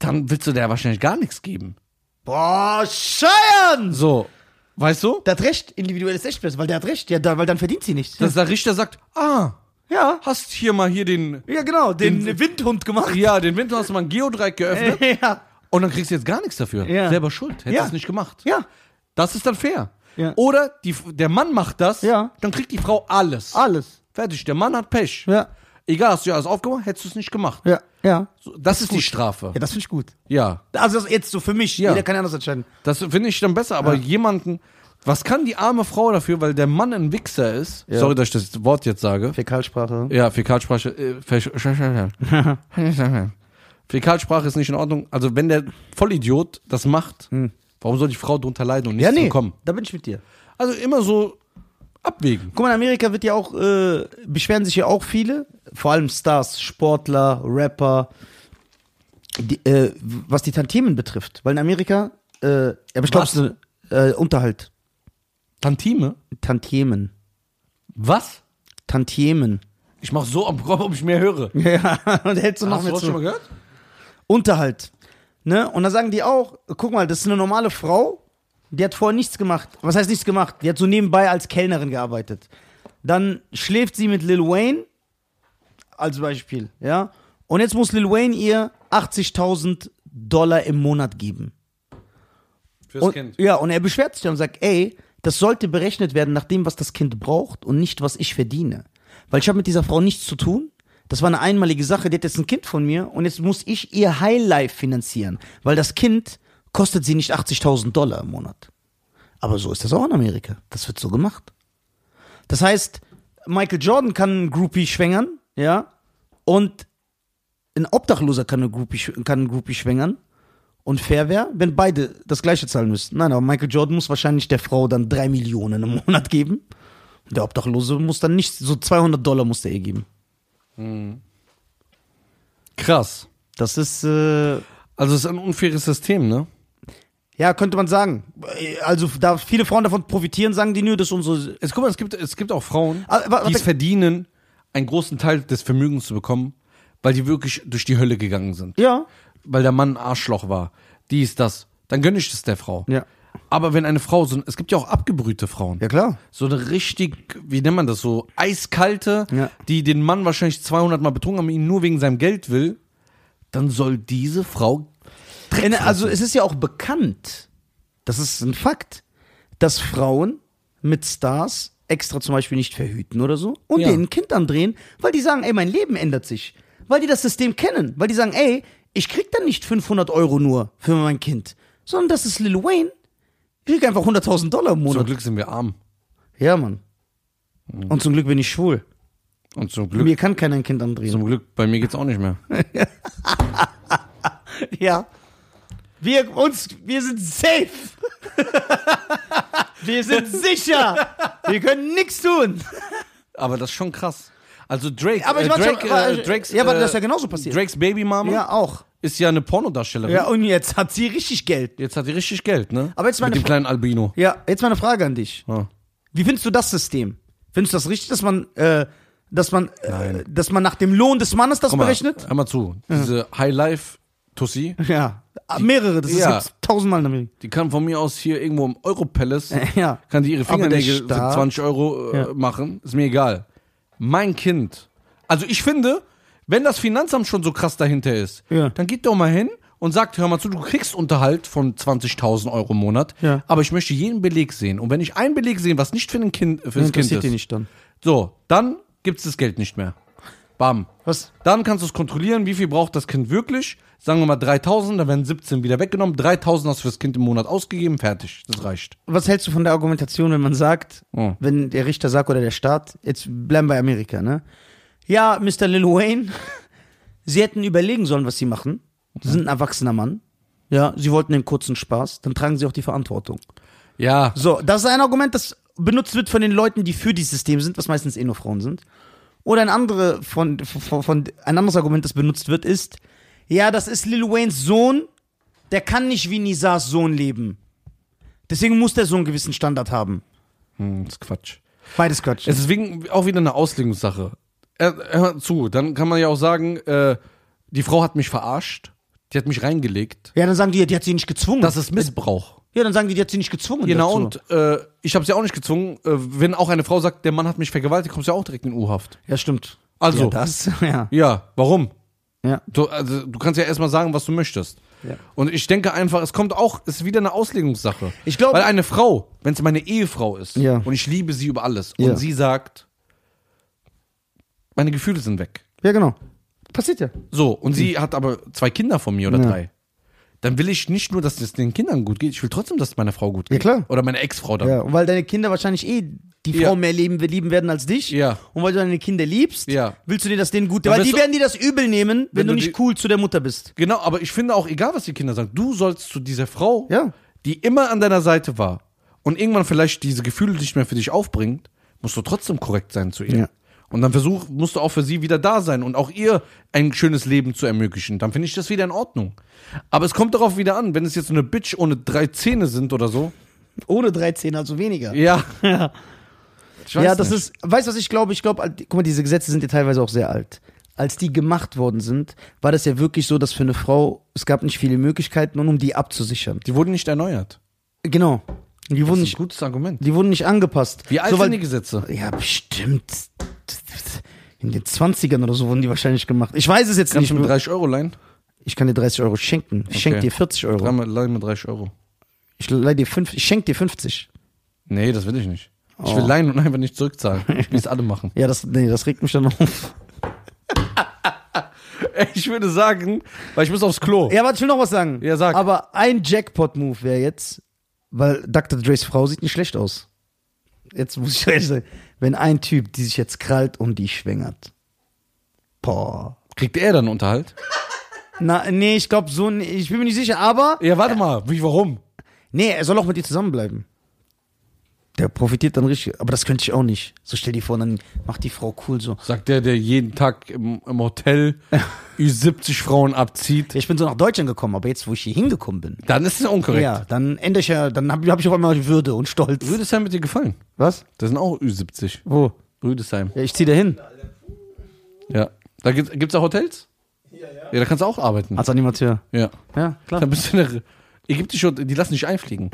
Dann willst du der wahrscheinlich gar nichts geben. Boah, Scheiern! So, weißt du? Der hat recht, individuell ist echt besser, weil der hat recht, ja, da, weil dann verdient sie nichts. Dass der Richter sagt, ah, ja. hast hier mal hier den, Ja, genau, den, Windhund gemacht. ja, den Winter hast du mal ein Geodreieck geöffnet ja. und dann kriegst du jetzt gar nichts dafür. Ja. Selber schuld, hättest Ja. du es nicht gemacht. Ja. Das ist dann fair. Ja. Oder die, der Mann macht das, Ja. dann kriegt die Frau alles. Alles. Fertig, der Mann hat Pech. Ja. Egal, hast du ja alles aufgemacht, hättest du es nicht gemacht. Ja. Ja. So, das ist die Strafe. Ja, das finde ich gut. Ja. Also das jetzt so für mich, Ja. jeder kann anders entscheiden. Das finde ich dann besser, aber jemanden. Was kann die arme Frau dafür, weil der Mann ein Wichser ist? Sorry, dass ich das Wort jetzt sage. Fäkalsprache. Ja, Fäkalsprache. Äh, Fäsch- Fäkalsprache ist nicht in Ordnung. Also, wenn der Vollidiot das macht, warum soll die Frau drunter leiden und Hm. Ja, nichts nee, bekommen? da bin ich mit dir. Also, immer so abwägen. Guck mal, in Amerika wird ja auch, äh, beschweren sich ja auch viele, vor allem Stars, Sportler, Rapper, die, äh, was die Tantiemen betrifft. Weil in Amerika, äh, ja, aber ich glaube, äh, Unterhalt. Tantime? Tantiemen. Was? Tantiemen. Ich mache so am Kopf, ob ich mehr höre. Ja, und hältst du noch Hast du mit das schon mal zu. gehört? Unterhalt. Ne? Und da sagen die auch, guck mal, das ist eine normale Frau, die hat vorher nichts gemacht. Was heißt nichts gemacht? Die hat so nebenbei als Kellnerin gearbeitet. Dann schläft sie mit Lil Wayne, als Beispiel, ja. Und jetzt muss Lil Wayne ihr 80.000 Dollar im Monat geben. Fürs Und, Kind. ja, und er beschwert sich dann und sagt, ey, das sollte berechnet werden nach dem, was das Kind braucht und nicht, was ich verdiene. Weil ich habe mit dieser Frau nichts zu tun. Das war eine einmalige Sache, die hat jetzt ein Kind von mir und jetzt muss ich ihr Highlife finanzieren, weil das Kind kostet sie nicht 80.000 Dollar im Monat. Aber so ist das auch in Amerika. Das wird so gemacht. Das heißt, Michael Jordan kann einen Groupie schwängern, ja, und ein Obdachloser kann einen Groupie, schw- kann einen Groupie schwängern. Und fair wäre, wenn beide das gleiche zahlen müssten. Nein, aber Michael Jordan muss wahrscheinlich der Frau dann drei Millionen im Monat geben. Und der Obdachlose muss dann nicht, so 200 Dollar muss der ihr geben. Krass. Das ist, äh, Also es ist ein unfaires System, ne? ja, könnte man sagen. Also, da viele Frauen davon profitieren, sagen die nur, das ist unsere. Es, guck mal, es gibt, es gibt auch Frauen, Ah, wa- die es warte. verdienen, einen großen Teil des Vermögens zu bekommen, weil die wirklich durch die Hölle gegangen sind. Ja. Weil der Mann ein Arschloch war. Dies, das. Dann gönne ich es der Frau. Ja. Aber wenn eine Frau, so, es gibt ja auch abgebrühte Frauen. Ja, klar. So eine richtig, wie nennt man das, so eiskalte, Ja. die den Mann wahrscheinlich 200 Mal betrunken haben, ihn nur wegen seinem Geld will, dann soll diese Frau In, also es ist ja auch bekannt, das ist ein Fakt, dass Frauen mit Stars extra zum Beispiel nicht verhüten oder so und Ja. denen ein Kind andrehen, weil die sagen, ey, mein Leben ändert sich. Weil die das System kennen. Weil die sagen, ey, ich krieg dann nicht 500 Euro nur für mein Kind, sondern das ist Lil Wayne. Ich krieg einfach 100.000 Dollar im Zum Mhm. Monat. Glück sind wir arm. Ja, Mann. Und zum Glück bin ich schwul. Und zum Glück, Mir kann keiner ein Kind andrehen. zum Glück, bei mir geht's auch nicht mehr. Ja. Wir, uns, wir sind safe. wir sind sicher. Wir können nichts tun. Aber das ist schon krass. Also Drake, Aber ich äh, war schon- Drake, war- äh, Drakes, ja, aber das ist äh, ja genauso passiert. Drakes Babymama Ja, auch. ist ja eine Pornodarstellerin. Ja, und jetzt hat sie richtig Geld. Jetzt hat die richtig Geld, ne? Aber jetzt meine Mit dem Fra- kleinen Albino. Ja, jetzt mal eine Frage an dich. Ja. Wie findest du das System? Findest du das richtig, dass man, äh, dass man, äh, dass man nach dem Lohn des Mannes das Guck mal, berechnet? Hör mal zu. Diese High Life Tussi, Ja. Ah, Mehrere, das Ja. gibt's tausendmal in Amerika. die kann von mir aus hier irgendwo im Euro Palace, Äh, Ja. kann die ihre Aber der Fingernägel für Staat- 20 Euro äh, Ja. machen. Ist mir egal. Mein Kind. Also ich finde, wenn das Finanzamt schon so krass dahinter ist, Ja. dann geht doch mal hin und sagt, hör mal zu, du kriegst Unterhalt von 20.000 Euro im Monat, Ja. aber ich möchte jeden Beleg sehen. Und wenn ich einen Beleg sehe, was nicht für ein Kind, für das Kind Interessiert ist, die nicht dann. so, dann gibt's das Geld nicht mehr. Bam. Was? Dann kannst du es kontrollieren, wie viel braucht das Kind wirklich. Sagen wir mal 3000, dann werden 17 wieder weggenommen. 3000 hast du fürs Kind im Monat ausgegeben, fertig. Das reicht. Was hältst du von der Argumentation, wenn man sagt, Hm. wenn der Richter sagt oder der Staat, jetzt bleiben wir bei Amerika, ne? Ja, Mr. Lil Wayne, Sie hätten überlegen sollen, was Sie machen. Sie sind ein erwachsener Mann. Ja, Sie wollten den kurzen Spaß, dann tragen Sie auch die Verantwortung. Ja. So, das ist ein Argument, das benutzt wird von den Leuten, die für dieses System sind, was meistens eh nur Frauen sind. Oder ein, andere von, von, von, ein anderes Argument, das benutzt wird, ist, ja, das ist Lil Waynes Sohn, der kann nicht wie Nizars Sohn leben. Deswegen muss der Sohn einen gewissen Standard haben. Hm, das ist Quatsch. Beides Quatsch. Es ist wegen, auch wieder eine Auslegungssache. Äh, Hör mal zu, dann kann man ja auch sagen, äh, die Frau hat mich verarscht, die hat mich reingelegt. ja, dann sagen die, die hat sie nicht gezwungen. Das ist Missbrauch. ja, dann sagen die, die hat sie nicht gezwungen. Genau, dazu. und äh, ich habe sie auch nicht gezwungen. Äh, wenn auch eine Frau sagt, der Mann hat mich vergewaltigt, kommst du ja auch direkt in U-Haft. Ja, stimmt. Also. Ja, das, ja. Ja, warum? Ja. Du, also, du kannst ja erstmal sagen, was du möchtest. Ja. Und ich denke einfach, es kommt auch, es ist wieder eine Auslegungssache. Ich glaub- Weil eine Frau, wenn es meine Ehefrau ist Ja. und ich liebe sie über alles Ja. und sie sagt, meine Gefühle sind weg. Ja, genau. Passiert ja. So, und sie hat aber zwei Kinder von mir oder Ja. drei. Dann will ich nicht nur, dass es den Kindern gut geht, ich will trotzdem, dass es meiner Frau gut Ja, geht. klar. Oder meiner Ex-Frau dann. Ja, und weil deine Kinder wahrscheinlich eh die Frau Ja. mehr leben, lieben werden als dich. Ja. Und weil du deine Kinder liebst, Ja. willst du dir das denen gut. Dann Weil wirst die du- werden dir das übel nehmen, wenn, Wenn du du nicht die- cool zu der Mutter bist. Genau, aber ich finde auch, egal was die Kinder sagen, du sollst zu dieser Frau, Ja. die immer an deiner Seite war und irgendwann vielleicht diese Gefühle nicht mehr für dich aufbringt, musst du trotzdem korrekt sein zu ihr. Ja. Und dann versuch, musst du auch für sie wieder da sein und auch ihr ein schönes Leben zu ermöglichen. Dann finde ich das wieder in Ordnung. Aber es kommt darauf wieder an, wenn es jetzt so eine Bitch ohne drei Zähne sind oder so. Ohne 13, also weniger. Ja. Ich weiß ja, das nicht. ist, weißt du, was ich glaube? Ich glaube, guck mal, diese Gesetze sind ja teilweise auch sehr alt. Als die gemacht worden sind, war das ja wirklich so, dass für eine Frau, es gab nicht viele Möglichkeiten, und um die abzusichern. Die wurden nicht erneuert. Genau. Die wurden, Das ist nicht, ein gutes Argument. die wurden nicht angepasst. Wie alt so, weil- sind die Gesetze? Ja, bestimmt. In den 20ern oder so wurden die wahrscheinlich gemacht. Ich weiß es jetzt Kannst nicht. du mir mehr. 30 Euro leihen? Ich kann dir 30 Euro schenken. Ich schenke dir 40 Euro. Leih mir 30 Euro. Ich leih dir fünf, ich schenk dir 50. Nee, das will ich nicht. Ich will leihen und einfach nicht zurückzahlen, wie es alle machen. Ja, das, nee, das regt mich dann auf. Ich würde sagen, weil ich muss aufs Klo. Ja, warte, ich will noch was sagen. Ja, sag. Aber ein Jackpot-Move wäre jetzt, weil Dr. Dre's Frau sieht nicht schlecht aus. Jetzt muss ich ehrlich sagen, wenn ein Typ, die sich jetzt krallt und die schwängert. Boah. Kriegt er dann Unterhalt? Na, nee, ich glaube so, nee, ich bin mir nicht sicher, aber Ja, warte mal, wie, warum? nee, er soll auch mit dir zusammenbleiben. Der profitiert dann richtig, aber das könnte ich auch nicht. So stell dir vor, dann macht die Frau cool so. Sagt der, der jeden Tag im, im Hotel über 70 Frauen abzieht. Ich bin so nach Deutschland gekommen, aber jetzt, wo ich hier hingekommen bin, Dann ist es ja unkorrekt. ja, dann ändere ich ja, dann habe hab ich auf einmal Würde und Stolz. Würde es ja mit dir gefallen. Was? Das sind auch Ü70. Wo? Rüdesheim. Ja, ich ziehe da hin. Ja. Da gibt es auch Hotels? Ja, ja. Ja, da kannst du auch arbeiten. Als Animateur. Ja. Ja, Da klar. bist du eine ägyptische, die lassen dich einfliegen.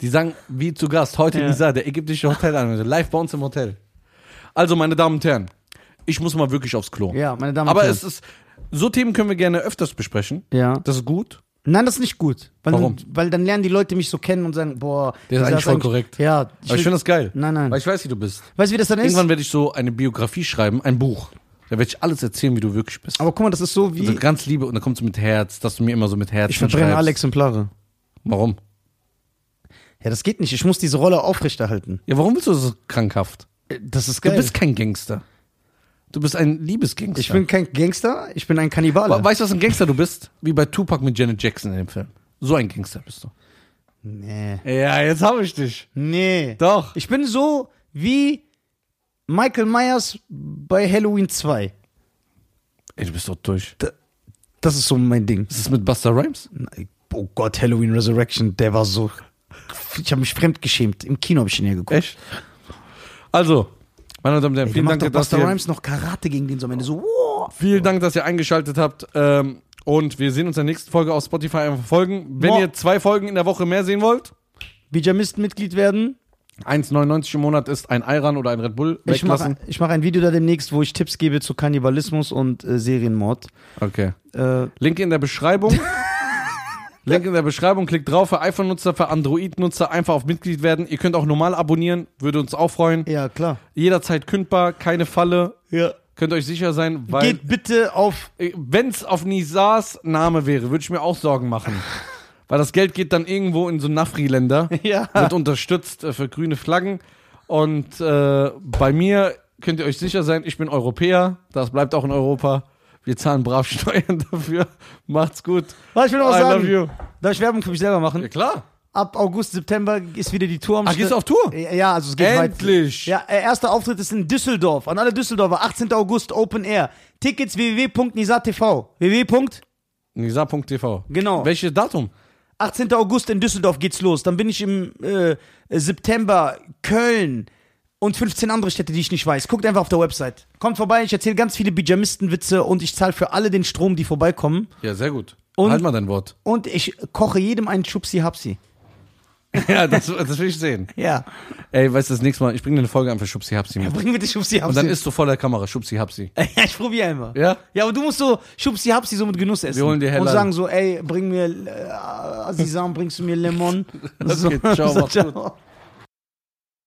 die sagen, wie zu Gast, heute Ja. Lisa, der ägyptische Hotelanwender, live bei uns im Hotel. Also, meine Damen und Herren, ich muss mal wirklich aufs Klo. Ja, meine Damen und Aber Herren. es ist, so Themen können wir gerne öfters besprechen. Ja. Das ist gut. Nein, das ist nicht gut. Weil Warum? Dann, weil dann lernen die Leute mich so kennen und sagen, boah, Der ist das eigentlich voll korrekt. Ja, Aber ich will- finde das geil. Nein, nein. Weil ich weiß, wie du bist. weißt du, wie das dann ist? Irgendwann werde ich so eine Biografie schreiben, ein Buch. Da werde ich alles erzählen, wie du wirklich bist. Aber guck mal, das ist so Also wie. ganz Liebe und dann kommst du mit Herz, dass du mir immer so mit Herz Ich verbrenne alle Exemplare. Warum? Ja, das geht nicht. Ich muss diese Rolle aufrechterhalten. Ja, warum bist du so krankhaft? Äh, Das ist Du geil. bist kein Gangster. Du bist ein Liebesgangster. ich bin kein Gangster, ich bin ein Kannibale. We- Weißt du, was ein Gangster du bist? Wie bei Tupac mit Janet Jackson in dem Film. So ein Gangster bist du. nee. Ja, jetzt habe ich dich. Nee. Doch. Ich bin so wie Michael Myers bei Halloween 2. Ey, du bist doch durch. Das ist so mein Ding. Was ist mit Buster Rhymes? Oh Gott, Halloween Resurrection, der war so. Ich habe mich fremdgeschämt. Im Kino habe ich ihn ja geguckt. Echt? Also, meine Damen und Herren, Der vielen macht Dank, doch dass Buster ihr, Rhymes noch Karate gegen den so am Ende so. wow. vielen Dank, dass ihr eingeschaltet habt. Ähm, und wir sehen uns in der nächsten Folge auf Spotify einfach folgen. Wenn Boah. ihr zwei Folgen in der Woche mehr sehen wollt, Bijamisten-Mitglied werden. 1,99 im Monat ist ein Ayran oder ein Red Bull Ich weglassen. mache ich mach ein Video da demnächst, wo ich Tipps gebe zu Kannibalismus und äh, Serienmord. Okay. Äh, Link in der Beschreibung. Link in der Beschreibung. Klickt drauf für iPhone-Nutzer, für Android-Nutzer. Einfach auf Mitglied werden. Ihr könnt auch normal abonnieren. Würde uns auch freuen. ja, klar. Jederzeit kündbar. Keine Falle. Ja. Könnt euch sicher sein, weil Geht bitte auf. wenn es auf Nisars Name wäre, würde ich mir auch Sorgen machen. weil das Geld geht dann irgendwo in so Nafri-Länder. Ja. Wird unterstützt äh, für grüne Flaggen. Und äh, bei mir könnt ihr euch sicher sein, ich bin Europäer. Das bleibt auch in Europa. Wir zahlen brav Steuern dafür. Macht's gut. Warte, ich will noch was I sagen. love you. Darf ich Werbung für mich selber machen? Ja, klar. Ab August, September ist wieder die Tour am Ach, Start. Ah, gehst du auf Tour? Ja, also es geht Endlich. weit. Ja, äh, erster Auftritt ist in Düsseldorf. An alle Düsseldorfer, 18. August, Open Air. Tickets www.nisa.tv. www. Nisa.tv. Genau. Welches Datum? 18. August in Düsseldorf geht's los. Dann bin ich im äh, September Köln und 15 andere Städte, die ich nicht weiß. Guckt einfach auf der Website. Kommt vorbei, ich erzähle ganz viele Bijamisten-Witze und ich zahle für alle den Strom, die vorbeikommen. Ja, sehr gut. Und- halt mal dein Wort. Und ich koche jedem einen Schubsi-Hapsi. Ja, das, das will ich sehen. Ja. Ey, weißt du, das nächste Mal, ich bringe dir eine Folge einfach Schubsi Hapsi mit. Bring bitte Schubsi-Hapsi. Und dann isst du vor der Kamera Schubsi Hapsi. Ja, ich probiere einmal. Ja? Ja, aber du musst so Schubsi-Hapsi so mit Genuss essen. Wir holen dir Und Helal. sagen so, ey, bring mir, äh, Azisan, bringst du mir Lemon? Okay, ciao, mach's ciao.